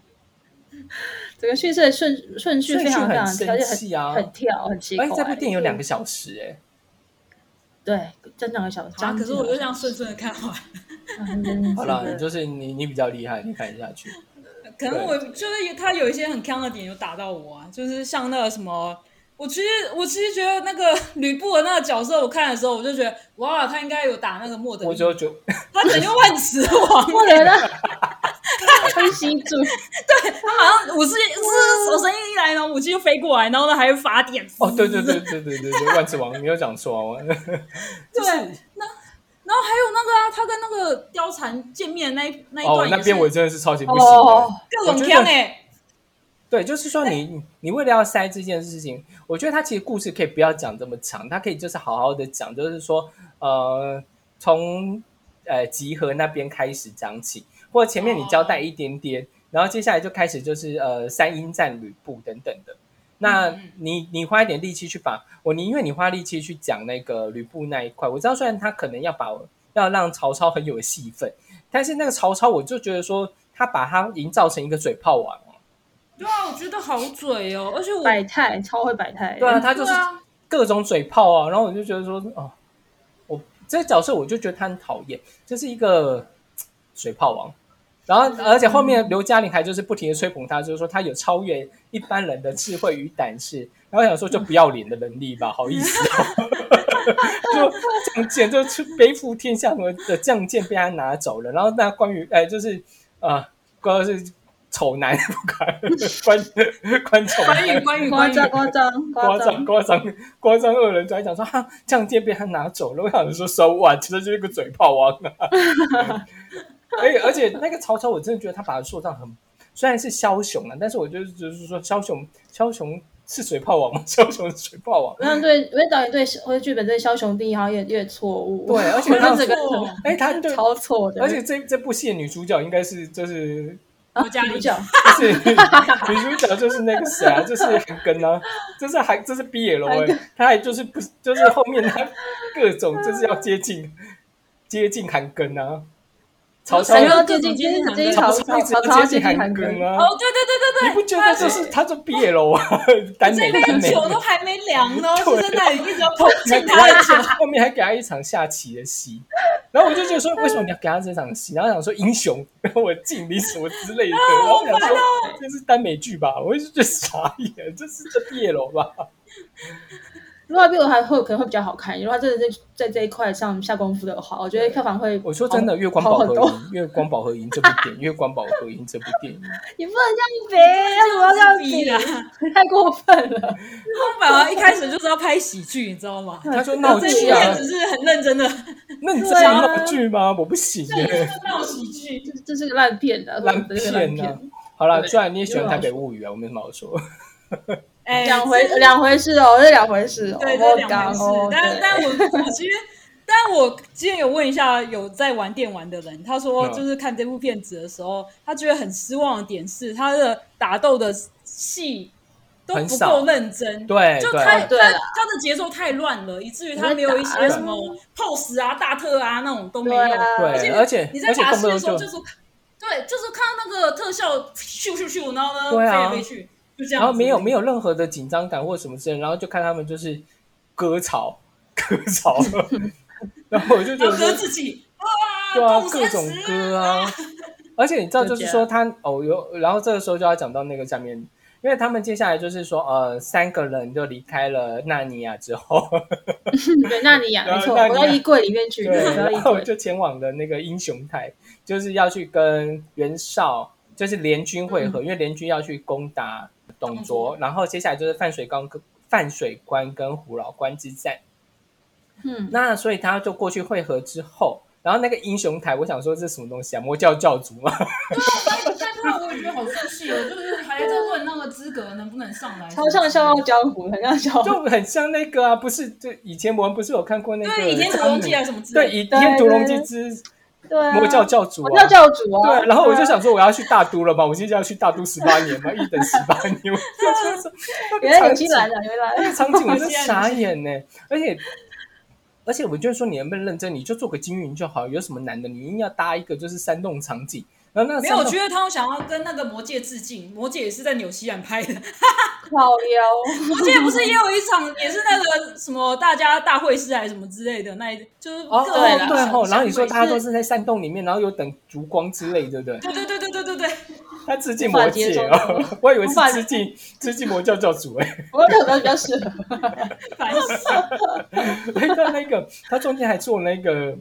Speaker 3: 整个叙事的顺顺序
Speaker 2: 顺
Speaker 3: 非
Speaker 2: 序
Speaker 3: 常非常
Speaker 2: 很
Speaker 3: 跳，
Speaker 2: 生
Speaker 3: 而
Speaker 2: 气
Speaker 3: 且
Speaker 2: 啊
Speaker 3: 很！很跳，很奇怪。
Speaker 2: 而且这部电影有两个小时哎、
Speaker 3: 对，真两个小时。
Speaker 1: 啊，可是我就
Speaker 3: 觉
Speaker 1: 这
Speaker 3: 得
Speaker 1: 样顺顺的看完，
Speaker 2: 好了，就是你你比较厉害，你看下去。
Speaker 1: 可能我就是有他有一些很坑的点有打到我啊，就是像那个什么，我其实我其实觉得那个吕布的那个角色，我看的时候我就觉得，哇，他应该有打那个莫德
Speaker 2: 我
Speaker 1: 利，
Speaker 2: 就觉得
Speaker 1: 他拯救万磁王，
Speaker 3: 我觉得分析住，
Speaker 1: 他马上武士是手神一来，然后武器就飞过来，然后呢还会法典，
Speaker 2: 哦，对对对对对对对，万磁王，你有讲错啊。
Speaker 1: 对，那然后还有那个啊，他跟那个貂蝉见面的那一那一
Speaker 2: 哦
Speaker 1: 段，也
Speaker 2: 那
Speaker 1: 是
Speaker 2: 边我真的是超级不行的。
Speaker 3: 哦
Speaker 1: 各
Speaker 2: 我
Speaker 1: 种
Speaker 2: 觉得
Speaker 1: 枪哎，
Speaker 2: 对，就是说你你你为了要塞这件事情，我觉得他其实故事可以不要讲这么长，他可以就是好好的讲，就是说呃从呃集合那边开始讲起，或者前面你交代一点点，然后接下来就开始就是呃三英战吕布等等的。那你你花一点力气去把，我宁愿你花力气去讲那个吕布那一块。我知道虽然他可能要把要让曹操很有戏份，但是那个曹操我就觉得说他把他营造成一个嘴炮王哦
Speaker 1: 对啊，我觉得好嘴哦，而且我
Speaker 3: 摆态超会摆态。
Speaker 2: 对啊，他就是
Speaker 1: 对啊
Speaker 2: 各种嘴炮啊，然后我就觉得说，哦，我这个角色我就觉得他很讨厌，就是一个嘖嘴炮王。然后，而且后面刘嘉玲还就是不停的吹捧他，就是说他有超越一般人的智慧与胆识。然后想说就不要脸的能力吧，好意思哦， 就仗剑就去背负天下的将剑被他拿走了。然后那关羽，哎，就是呃，关羽是丑男，关关关丑男
Speaker 1: 关羽关羽
Speaker 3: 夸
Speaker 1: 关羽
Speaker 3: 张夸张
Speaker 2: 夸
Speaker 3: 夸
Speaker 2: 张
Speaker 3: 张，
Speaker 2: 夸张夸张恶人就还讲说哈，酱剑被他拿走了。我想说手腕其实就是一个嘴炮王啊。 而且而且那个曹操，我真的觉得他把他塑造很，虽然是枭雄啊，但是我就是就是说枭雄枭雄是水炮王吗？ 枭雄是水炮王。
Speaker 3: 我想对，因为导演对或者剧本对枭雄定义好像有点错误。
Speaker 2: 对，而且他
Speaker 3: 这个
Speaker 1: 哦
Speaker 2: 哎、他对，
Speaker 3: 超错的，
Speaker 2: 而且这这部戏的女主角应该是就是
Speaker 1: 我家里
Speaker 3: 主角
Speaker 2: 就是女主角就是那个谁啊，就是韩庚啊，就是韩，这是 BL
Speaker 3: 韩
Speaker 2: 哎、
Speaker 3: 庚
Speaker 2: 他还就是不是就是后面他各种就是要接近接近韩庚啊，曹操
Speaker 3: 还
Speaker 1: 韩
Speaker 3: 要
Speaker 1: 庚
Speaker 3: 接近接近接近
Speaker 2: 曹
Speaker 3: 曹
Speaker 2: 操
Speaker 3: 操，
Speaker 2: 一直
Speaker 3: 曹
Speaker 2: 要
Speaker 3: 操
Speaker 2: 接
Speaker 3: 接
Speaker 2: 近
Speaker 3: 近
Speaker 2: 韩
Speaker 3: 韩
Speaker 2: 庚
Speaker 3: 庚，
Speaker 2: 啊，
Speaker 1: 哦，对对对对对，
Speaker 2: 你不觉得这是他做 BL 啊？ 耽美
Speaker 1: 这杯
Speaker 2: 耽美
Speaker 1: 酒都还没凉呢，是在那里一直要碰
Speaker 2: 后
Speaker 1: 进
Speaker 2: 面
Speaker 1: 他的酒。
Speaker 2: 后啊哦面还给他一场下棋的戏，然后我就觉得说，为什么你要给他这场戏？然后想说英雄，然后我敬你什么之类的，然后我想说这是耽美剧吧，我就觉得傻眼，这是这毕业了吧？
Speaker 3: 如果比我还会可能会比较好看，如果他真的是在这一块上下功夫的话，我觉得票房会
Speaker 2: 我说真的，《月光
Speaker 3: 哦
Speaker 2: 宝
Speaker 3: 好很
Speaker 2: 盒
Speaker 3: 多
Speaker 2: 营》《月光宝盒营》这部电影，《月光宝盒营》这部电影，
Speaker 3: 你不能这样比，
Speaker 1: 逼
Speaker 3: 要
Speaker 1: 啦！
Speaker 3: 怎么这样比？太过分了。
Speaker 1: 他们反而一开始就是要拍喜剧，你知道吗？
Speaker 2: 他说闹
Speaker 1: 这
Speaker 2: 剧
Speaker 1: 一
Speaker 2: 啊
Speaker 1: 片，只是很认真的
Speaker 2: 那你这是闹剧吗？我不行耶，
Speaker 1: 闹喜剧，
Speaker 3: 这这是个烂片的，
Speaker 2: 烂
Speaker 3: 这是个烂
Speaker 2: 片啊
Speaker 3: 片。！
Speaker 2: 好了，虽然你也喜欢《
Speaker 3: 有
Speaker 2: 台北物语》啊，我没什么好说。
Speaker 1: 哎，
Speaker 3: 两回两回事哦，这两回事哦，
Speaker 1: 对，
Speaker 3: 我
Speaker 1: 这是两回事
Speaker 3: 讲哦。
Speaker 1: 但
Speaker 3: 对
Speaker 1: 但我 我其实，但我之前有问一下有在玩电玩的人，他说
Speaker 2: 嗯
Speaker 1: 就是看这部片子的时候，他觉得很失望的点是他的打斗的戏都
Speaker 2: 很
Speaker 1: 不
Speaker 2: 少
Speaker 1: 够认真，
Speaker 2: 对
Speaker 1: 就
Speaker 2: 对
Speaker 1: 太
Speaker 3: 哦对
Speaker 1: 他
Speaker 3: 啦
Speaker 1: 他的节奏太乱了，以至于
Speaker 3: 我
Speaker 1: 他
Speaker 3: 在
Speaker 1: 没有一
Speaker 3: 打
Speaker 1: 些什么 pose 啊、大特啊那种都没
Speaker 3: 对
Speaker 1: 有。
Speaker 3: 啊，
Speaker 2: 对，而且
Speaker 1: 你
Speaker 2: 而
Speaker 1: 在
Speaker 2: 且
Speaker 1: 打
Speaker 2: 动
Speaker 1: 戏
Speaker 2: 不
Speaker 1: 的
Speaker 2: 动
Speaker 1: 时候
Speaker 2: 就
Speaker 1: 就是看，对，就是看到那个特效咻咻咻，然后呢
Speaker 2: 对
Speaker 1: 飞
Speaker 2: 啊
Speaker 1: 来飞去，就这样子。
Speaker 2: 然后没有没有任何的紧张感或什么之类的，然后就看他们就是割草割 草，然后我就觉
Speaker 1: 然
Speaker 2: 得
Speaker 1: 后割
Speaker 2: 说
Speaker 1: 自己，
Speaker 2: 对啊
Speaker 1: 动，
Speaker 2: 各
Speaker 1: 三
Speaker 2: 种
Speaker 1: 十
Speaker 2: 割啊，而且你知道，就是说他哦有，然后这个时候就要讲到那个下面因为他们接下来就是说，呃，三个人就离开了纳尼亚之后，
Speaker 3: 对，纳尼亚
Speaker 2: 对
Speaker 3: 没错，
Speaker 2: 纳尼
Speaker 3: 我
Speaker 2: 亚
Speaker 3: 到衣柜里面去，
Speaker 2: 对，
Speaker 3: 我到
Speaker 2: 然
Speaker 3: 衣
Speaker 2: 后
Speaker 3: 柜。
Speaker 2: 就前往的那个英雄台，就是要去跟袁绍，就是联军会合，因为联军要去攻打董卓，然后接下来就是范水关跟范水关跟虎牢关之战。
Speaker 3: 嗯，
Speaker 2: 那所以他就过去会合之后，然后那个英雄台，我想说这是什么东西啊？魔教教主吗？
Speaker 1: 但看我也觉得好生气哦，就是还在问那个资格能不能上来，
Speaker 3: 超像《笑傲江湖》，很像《笑傲江湖
Speaker 2: 就很像那个啊，不是？就以前我们不是有看过那个
Speaker 1: 对，倚天屠龙记还是什么之
Speaker 2: 对《
Speaker 1: 类的，
Speaker 2: 倚天屠龙记
Speaker 3: 对》
Speaker 2: 之》
Speaker 3: 对啊，
Speaker 2: 魔教教主
Speaker 3: 魔教
Speaker 2: 啊。
Speaker 3: 教主啊。
Speaker 2: 对，然后我就想说，我要去大都了嘛，我现在要去大都十八年 嘛，一等十八年，我就觉得说那个
Speaker 3: 对啊，原来
Speaker 2: 场
Speaker 3: 有新
Speaker 2: 景，
Speaker 3: 来的，原
Speaker 2: 那
Speaker 3: 来
Speaker 2: 个场景我真傻眼呢、而且而且我就说，你能不能认真，你就做个金云就好，有什么难的？你硬要搭一个就是山洞场景，然后那个
Speaker 1: 没
Speaker 2: 山
Speaker 1: 有，我
Speaker 2: 洞
Speaker 1: 觉得他们想要跟那个魔戒致敬，魔戒也是在纽西兰拍的，
Speaker 3: 靠腰。
Speaker 1: 魔戒不是也有一场也是那个什么大家大会师还是什么之类的，那一就是
Speaker 2: 哦
Speaker 1: 各
Speaker 2: 哦
Speaker 3: 啊
Speaker 1: 种
Speaker 2: 对哦，然后你说大家都
Speaker 1: 是，
Speaker 2: 是在山洞里面，然后有等烛光之类，对不对？
Speaker 1: 对对对对对对对，
Speaker 2: 他致敬
Speaker 3: 无法
Speaker 2: 魔
Speaker 3: 接
Speaker 2: 戒
Speaker 3: 受
Speaker 2: 哦， 我以为是
Speaker 3: 无法
Speaker 2: 致敬致敬魔教教主哎、
Speaker 3: 我可能比较适合。
Speaker 1: 烦死了。
Speaker 2: 他那个他中间还做那个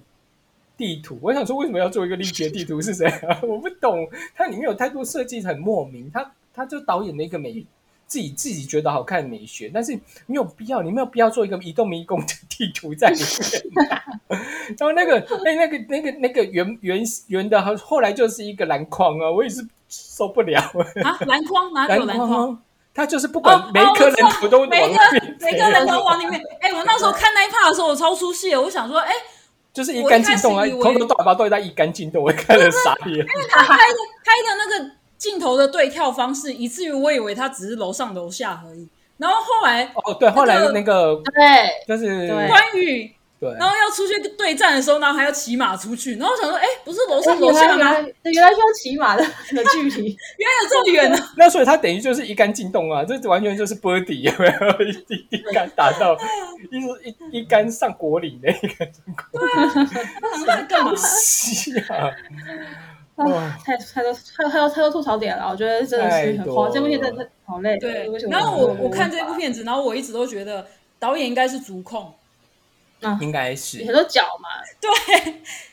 Speaker 2: 地图，我想说为什么要做一个立体的地图是谁啊？ 我不懂，它里面有太多设计很莫名，他他就导演了一个美。自己自己觉得好看的美学，但是没有必要，你没有必要做一个移动迷宫的地图在里面。啊 然后那个那那个那个那个圆圆圆的，后来就是一个篮筐啊，我也是受不了。
Speaker 1: 啊，篮筐哪里有篮筐？哦
Speaker 2: 啊，他就是不管每一颗人头都往
Speaker 1: 每一
Speaker 2: 里
Speaker 1: 个
Speaker 2: 面
Speaker 1: 每个人都往里面。哎、我那时候看那一趴的时候，我超出戏了。我想说，哎、
Speaker 2: 就是一干净洞啊，
Speaker 1: 我一开始以为啊
Speaker 2: 从头到尾把都在一干净洞，我看了傻眼。
Speaker 1: 他拍的拍的那个镜头的对跳方式，以至于我以为他只是楼上楼下而已。然后后来
Speaker 2: 哦，对，后来那个
Speaker 3: 对，
Speaker 2: 就是
Speaker 3: 对
Speaker 1: 关羽，
Speaker 2: 对
Speaker 1: 然后要出去对战的时候，然后还要骑马出去。然后我想说，哎、不是楼上楼
Speaker 3: 原来
Speaker 1: 下
Speaker 3: 原
Speaker 1: 吗？
Speaker 3: 来对原来是要骑马的 的距离，
Speaker 1: 原来有这么远呢、啊
Speaker 2: 那所以他等于就是一干净洞啊，这完全就是波底有没有 一一一杆打到一一一杆上果岭的一个
Speaker 1: 我想说在干嘛？
Speaker 2: 戏 啊！哇
Speaker 3: 啊，太太多太太多太多吐槽点了，我觉得真的是
Speaker 2: 太
Speaker 3: 很
Speaker 2: 多
Speaker 3: 荒
Speaker 2: 了，
Speaker 3: 这部片真的好累。
Speaker 1: 对
Speaker 3: 为什。么
Speaker 1: 然后
Speaker 3: 没有
Speaker 1: 我我看
Speaker 3: 办
Speaker 1: 这部
Speaker 3: 法，
Speaker 1: 片子，然后我一直都觉得导演应该是足控。
Speaker 2: 应该
Speaker 3: 很
Speaker 2: 是
Speaker 3: 多脚嘛，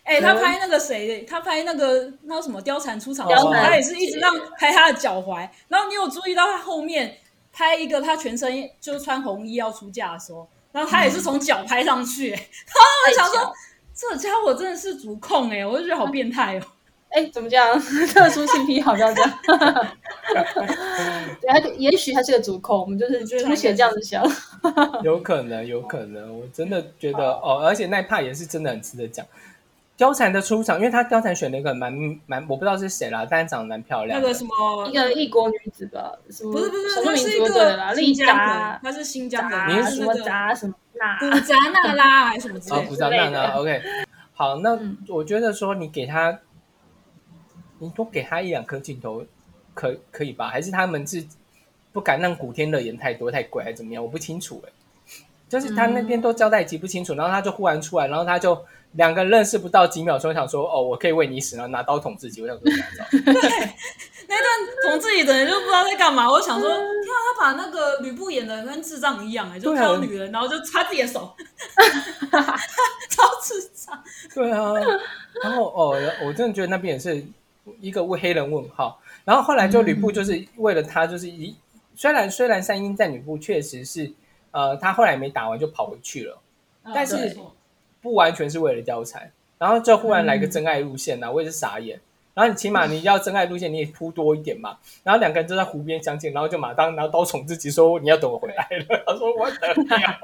Speaker 1: 哎、他拍那个谁，他拍那个那什么貂蝉出场的时候，
Speaker 2: 貂蝉
Speaker 1: 他也是一直让拍他的脚踝。然后你有注意到他后面拍一个他全身就是穿红衣要出嫁的时候，然后他也是从脚拍上去、
Speaker 3: 嗯
Speaker 1: 哎
Speaker 3: 我
Speaker 1: 想说这家伙真的是足控哎、我就觉得好变态哦、
Speaker 3: 哎，怎么这样？ 特殊性癖好，不要这样。 对，他也许他是个主控，我们就是
Speaker 1: 觉得他
Speaker 3: 姑且这样子想。
Speaker 2: 有可能，有可能，我真的觉得哦，而且那一帕也是真的很值得讲。貂蝉的出场，因为她貂蝉选了一个蛮蛮，我不知道是谁啦，但是长得蛮漂亮
Speaker 1: 那
Speaker 2: 的。
Speaker 1: 个什么
Speaker 3: 一，个异国女子吧，什么
Speaker 1: 不是不是，
Speaker 3: 什么
Speaker 1: 他
Speaker 3: 民
Speaker 1: 是一
Speaker 3: 族就对了啦，
Speaker 1: 个
Speaker 3: 丽
Speaker 1: 新疆
Speaker 3: 达
Speaker 1: 人，他是新疆人，
Speaker 3: 达
Speaker 2: 你
Speaker 1: 他
Speaker 2: 是
Speaker 1: 是
Speaker 3: 什
Speaker 1: 那
Speaker 3: 么
Speaker 1: 个
Speaker 3: 达什么 那
Speaker 1: 古扎那拉还是什么之
Speaker 2: 啊，
Speaker 1: 类
Speaker 2: 不
Speaker 1: 的。
Speaker 2: 知道
Speaker 3: 之类
Speaker 2: 那
Speaker 3: 的
Speaker 2: 那 OK，好，那
Speaker 3: 嗯
Speaker 2: 我觉得说你给他，你多给他一两颗镜头，可可以吧？还是他们是不敢让古天乐演太多太贵，还是怎么样？我不清楚哎、就是他那
Speaker 3: 嗯
Speaker 2: 边都交代极不清楚，然后他就忽然出来，然后他就两个人认识不到几秒钟，想说哦，我可以为你死，然后拿刀捅自己，我想说拿刀。
Speaker 1: 那段同志也等于就不知道在干嘛。我想说，
Speaker 3: 嗯
Speaker 1: 天啊，他把那个吕布演的跟智障一样、哎，就
Speaker 2: 对啊
Speaker 1: 看到女人，然后就插自己的手，超智障。
Speaker 2: 对啊，然后哦，我真的觉得那边也是一个黑人问号。然后后来就吕布就是为了他，就是一、虽然虽然三英战吕布确实是呃，他后来没打完就跑回去了，
Speaker 1: 啊
Speaker 2: 但是
Speaker 1: 没错
Speaker 2: 不完全是为了貂蝉。然后就忽然来个真爱路线呐、啊我也是傻眼。然后你起码你要真爱路线，你也铺多一点嘛。然后两个人就在湖边相见，然后就马上拿刀捅自己说：“你要等我回来了。” 他说：“我等啊不了。”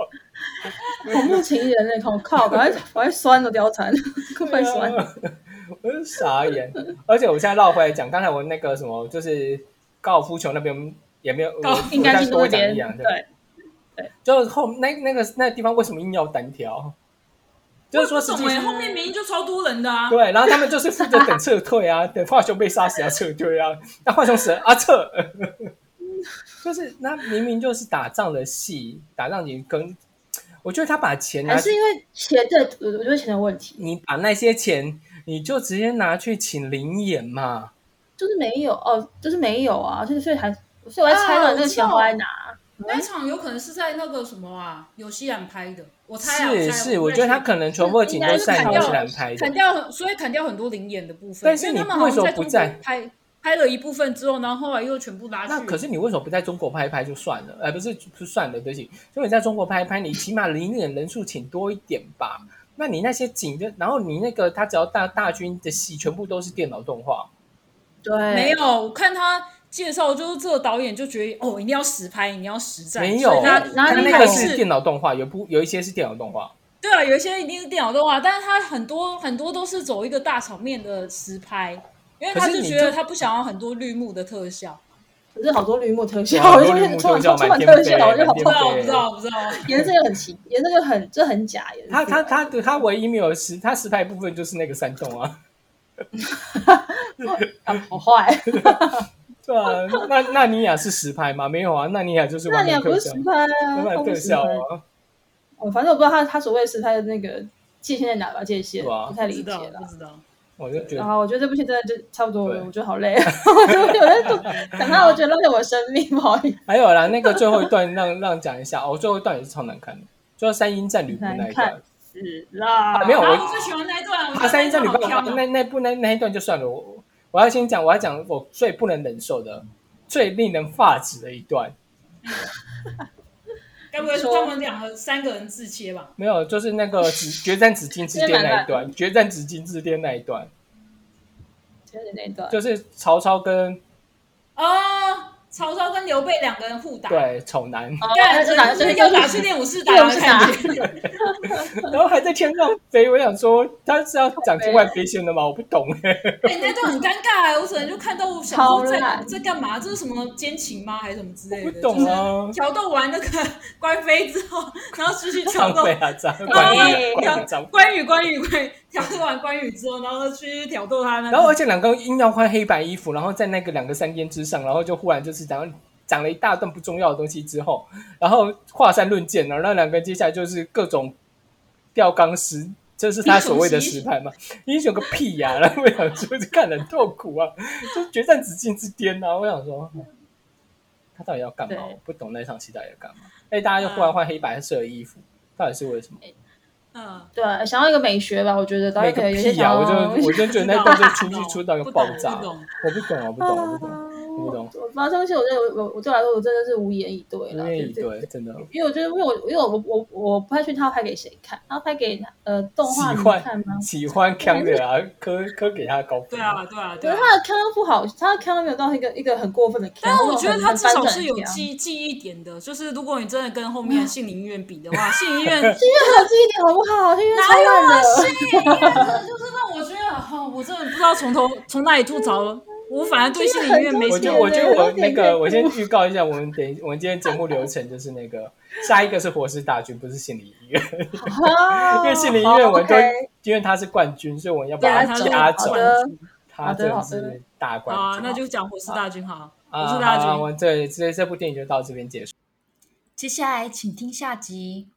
Speaker 3: 恐怖情人那种，靠，赶快赶快酸了貂蝉， 快快酸！
Speaker 2: 啊我是傻眼。而且我现在绕回来讲，刚才我那个什么，就是高尔夫球那边也没有，我
Speaker 1: 高
Speaker 2: 我
Speaker 3: 应该
Speaker 2: 再
Speaker 3: 是
Speaker 2: 多
Speaker 3: 那
Speaker 2: 讲
Speaker 3: 边
Speaker 2: 一两，
Speaker 3: 对，
Speaker 2: 就是后那那个那个地方为什么硬要单挑？就是说
Speaker 1: 为
Speaker 2: 实
Speaker 1: 什
Speaker 2: 际
Speaker 1: 么、
Speaker 2: 是
Speaker 1: 哎后面明明就超多人的啊，
Speaker 2: 对，然后他们就是负责等撤退啊， 等华雄被杀死啊，撤退啊，那华雄死了啊，撤， 就是那明明就是打仗的戏，打仗你跟，我觉得他把钱拿
Speaker 3: 还是因为钱的，我我觉得钱的问题，
Speaker 2: 你把那些钱，你就直接拿去请灵演嘛。
Speaker 3: 就是没有哦，就是没有啊，所以所以还所以我在猜
Speaker 1: 啊
Speaker 3: 到那
Speaker 1: 我
Speaker 3: 个
Speaker 1: 知
Speaker 3: 钱
Speaker 1: 道
Speaker 3: 花在哪。
Speaker 1: 那一场有可能是在那个什么啊，纽西兰拍的，我猜啊
Speaker 2: 是是，我觉得他可能全部的景都是在
Speaker 1: 应该是砍
Speaker 2: 纽
Speaker 1: 掉
Speaker 2: 西兰拍的
Speaker 1: 砍。掉很，所以砍掉很多灵眼的部分。
Speaker 2: 但是
Speaker 1: 因为他
Speaker 2: 你
Speaker 1: 们好
Speaker 2: 为什
Speaker 1: 像
Speaker 2: 么
Speaker 1: 在
Speaker 2: 不
Speaker 1: 中国
Speaker 2: 在
Speaker 1: 拍拍了一部分之后，然后后来又全部拉去。
Speaker 2: 那可是你为什么不在中国拍一拍就算了？呃，不是不算了，对不起，就你在中国拍一拍，你起码领演人数请多一点吧。那你那些景的，然后你那个他只要大大军的戏全部都是电脑动画，
Speaker 3: 对，
Speaker 1: 没有，我看他介绍，就是这个导演就觉得哦，一定要实拍，一定要实战。
Speaker 2: 没有
Speaker 1: 所以他
Speaker 3: 哪
Speaker 2: 他
Speaker 3: 里
Speaker 2: 那
Speaker 1: 还
Speaker 2: 个是电脑动画，有部有一些是电脑动画，
Speaker 1: 对啊，有一些一定是电脑动画，但是他很多很多都是走一个大场面的实拍，因为
Speaker 2: 可
Speaker 1: 他
Speaker 2: 是
Speaker 1: 就
Speaker 2: 你
Speaker 1: 觉得
Speaker 2: 就
Speaker 1: 他不想要很多绿幕的特效。
Speaker 3: 可是好多绿幕特效，
Speaker 2: 啊哇好
Speaker 3: 我
Speaker 2: 多
Speaker 3: 就
Speaker 2: 绿
Speaker 3: 是
Speaker 2: 幕
Speaker 3: 充
Speaker 2: 特
Speaker 3: 满
Speaker 2: 效满
Speaker 3: 充满
Speaker 2: 天
Speaker 3: 特效，
Speaker 2: 飞
Speaker 3: 我就好
Speaker 2: 满天
Speaker 1: 不
Speaker 3: 痛
Speaker 1: 知道，不知
Speaker 2: 飞。
Speaker 1: 道，不知道。
Speaker 3: 颜色又很奇，颜色又很，这很假颜色。
Speaker 2: 他他他对他唯一没有实他实拍部分就是那个山洞啊，
Speaker 3: 啊，好坏。
Speaker 2: 对啊，那那尼亚是实拍吗？没有啊，那尼亚就是
Speaker 3: 那
Speaker 2: 完
Speaker 3: 你也
Speaker 2: 全
Speaker 3: 不
Speaker 2: 特
Speaker 3: 是
Speaker 2: 效
Speaker 3: 实，拍啊，
Speaker 2: 完
Speaker 3: 他
Speaker 2: 全
Speaker 3: 不
Speaker 2: 特
Speaker 3: 是实拍
Speaker 2: 效。啊，
Speaker 3: 我哦反正我不知道他他所谓的实拍的那个界限在哪吧，界限
Speaker 2: 对啊
Speaker 3: 不太
Speaker 1: 不
Speaker 3: 理
Speaker 1: 知
Speaker 3: 解
Speaker 1: 道，
Speaker 3: 了
Speaker 1: 不。知道。
Speaker 2: 我就觉
Speaker 1: 哦
Speaker 3: 然
Speaker 2: 得
Speaker 3: 后我觉得这部戏真的就差不多了，
Speaker 2: 对
Speaker 3: 我觉得好累啊， 我觉得我在做讲到我觉得浪费我的生命，不好意思，
Speaker 2: 还有啦，那个最后一段让让讲一下哦，最后一段也是超难看的，就是三英战吕布那一段
Speaker 3: 难死啦
Speaker 2: 啊，没有
Speaker 1: 然后
Speaker 2: 我
Speaker 1: 我最喜欢那一段，我觉
Speaker 2: 啊，
Speaker 1: 得
Speaker 2: 三
Speaker 1: 那
Speaker 2: 英
Speaker 1: 一
Speaker 2: 战
Speaker 1: 段
Speaker 2: 吕
Speaker 1: 好
Speaker 2: 布
Speaker 1: 飘
Speaker 2: 那
Speaker 1: 哦。
Speaker 2: 那那部那那一段就算了，我我要先讲，我要讲我最不能忍受的、最令人发指的一段，
Speaker 1: 该不会是他们两个三个人自切吧？
Speaker 2: 没有，就是那个紫决战紫禁之巅那一段，决战紫禁之巅那一段，
Speaker 3: 就是那一段，
Speaker 2: 就是曹操跟
Speaker 1: 哦，曹操跟刘备两个人互打，
Speaker 2: 对丑男，
Speaker 1: 干，
Speaker 3: 哦这哪
Speaker 1: 真的是要哦打去练武士打的感觉。
Speaker 2: 然后还在天上飞，我想说他是要讲天外飞仙的吗？我不懂哎、
Speaker 1: 哎，那段很尴尬哎，我可能就看到我想
Speaker 3: 超
Speaker 1: 说在
Speaker 3: 烂
Speaker 1: 在干嘛？这是什么奸情吗？还是什么之类
Speaker 2: 我
Speaker 1: 的？
Speaker 2: 不懂啊
Speaker 1: 就是挑逗完那个官妃之后，然后继续挑
Speaker 2: 张
Speaker 1: 逗
Speaker 2: 飞啊，张飞，
Speaker 1: 关
Speaker 3: 哎
Speaker 1: 羽，
Speaker 2: 关
Speaker 1: 挑
Speaker 2: 羽张飞。
Speaker 1: 关羽，关羽，关羽，挑逗完关羽之后，然后去挑逗他那个。
Speaker 2: 然后而且两个硬要换黑白衣服，然后在那个两个山巅之上，然后就忽然就是讲讲了一大段不重要的东西之后，然后华山论剑，然后那两个人接下来就是各种吊钢石，这是他所谓的实拍嘛？英雄个屁呀、然后我想说，就看得很痛苦啊，就决战紫禁之巅啊！我想说，他到底要干嘛？
Speaker 3: 对
Speaker 2: 我不懂那场戏到底要干嘛？哎，大家就忽然换黑白色的衣服，到底是为什么？
Speaker 1: 嗯，
Speaker 3: 对，想要一个美学吧，我觉得导
Speaker 2: 那
Speaker 3: 演
Speaker 2: 个
Speaker 3: 哎可能有些
Speaker 2: 屁呀、
Speaker 3: 想要，
Speaker 2: 我就我就觉得那段就出
Speaker 1: 不
Speaker 2: 去
Speaker 1: 懂
Speaker 2: 出到一个
Speaker 1: 不
Speaker 2: 爆
Speaker 1: 懂
Speaker 2: 炸，
Speaker 1: 不懂
Speaker 2: 我不懂，我不懂，我不懂。我
Speaker 3: 哦
Speaker 2: 不懂
Speaker 3: 啊我不知道这个东西，我真的我我对我来说，我真的是无言以对了。
Speaker 2: 因为
Speaker 3: 就
Speaker 2: 对，
Speaker 3: 是
Speaker 2: 真的
Speaker 3: 因为我觉得，因为我因为我我我不太确定他要拍给谁看，他要拍给呃动画迷
Speaker 2: 喜欢
Speaker 3: 看吗？
Speaker 2: 喜欢康的啊，科科给他高分。
Speaker 1: 对啊，对啊，
Speaker 3: 可
Speaker 1: 对
Speaker 3: 是
Speaker 1: 啊。
Speaker 3: 他的康不好，他的康没有到一个一个很过分的
Speaker 1: 但
Speaker 3: 康，
Speaker 1: 是我觉得他
Speaker 3: 很
Speaker 1: 至少
Speaker 3: 很
Speaker 1: 是有
Speaker 3: 翻转的 Ken
Speaker 1: 记记忆点的，就是如果你真的跟后面的杏林医院比的话，杏林医院
Speaker 3: 这个很有记忆点好不好？这个
Speaker 1: 哪有
Speaker 3: 超
Speaker 1: 啊？
Speaker 3: 烂的。
Speaker 1: 是，就是让我觉得，哦，我真的不知道从头从哪里吐槽了。我反而对啊心理医院没
Speaker 2: 我
Speaker 1: 什
Speaker 2: 觉
Speaker 1: 么
Speaker 2: 得，我觉得我
Speaker 3: 有
Speaker 2: 那
Speaker 3: 点
Speaker 2: 个，
Speaker 3: 变
Speaker 2: 我先预告一下，我们等我们今天节目流程就是 那个下一个是活尸大军，不是心理医院，
Speaker 3: 哦
Speaker 1: 啊
Speaker 2: 因为心理医院我们都
Speaker 3: o
Speaker 2: 因为他是冠军，所以我们要
Speaker 1: 对
Speaker 2: 把
Speaker 1: 啊，
Speaker 2: 他
Speaker 1: 他
Speaker 3: 是
Speaker 2: 加
Speaker 3: 好
Speaker 2: 走，
Speaker 3: 的
Speaker 2: 他真的
Speaker 3: 好的好
Speaker 2: 是大冠
Speaker 1: 好啊，
Speaker 2: 军。
Speaker 1: 那就讲《火势大军》好了，
Speaker 2: 啊，
Speaker 1: 我是大军
Speaker 2: 好啊我这这这部电影就到这边结束。
Speaker 6: 接下来请听下集。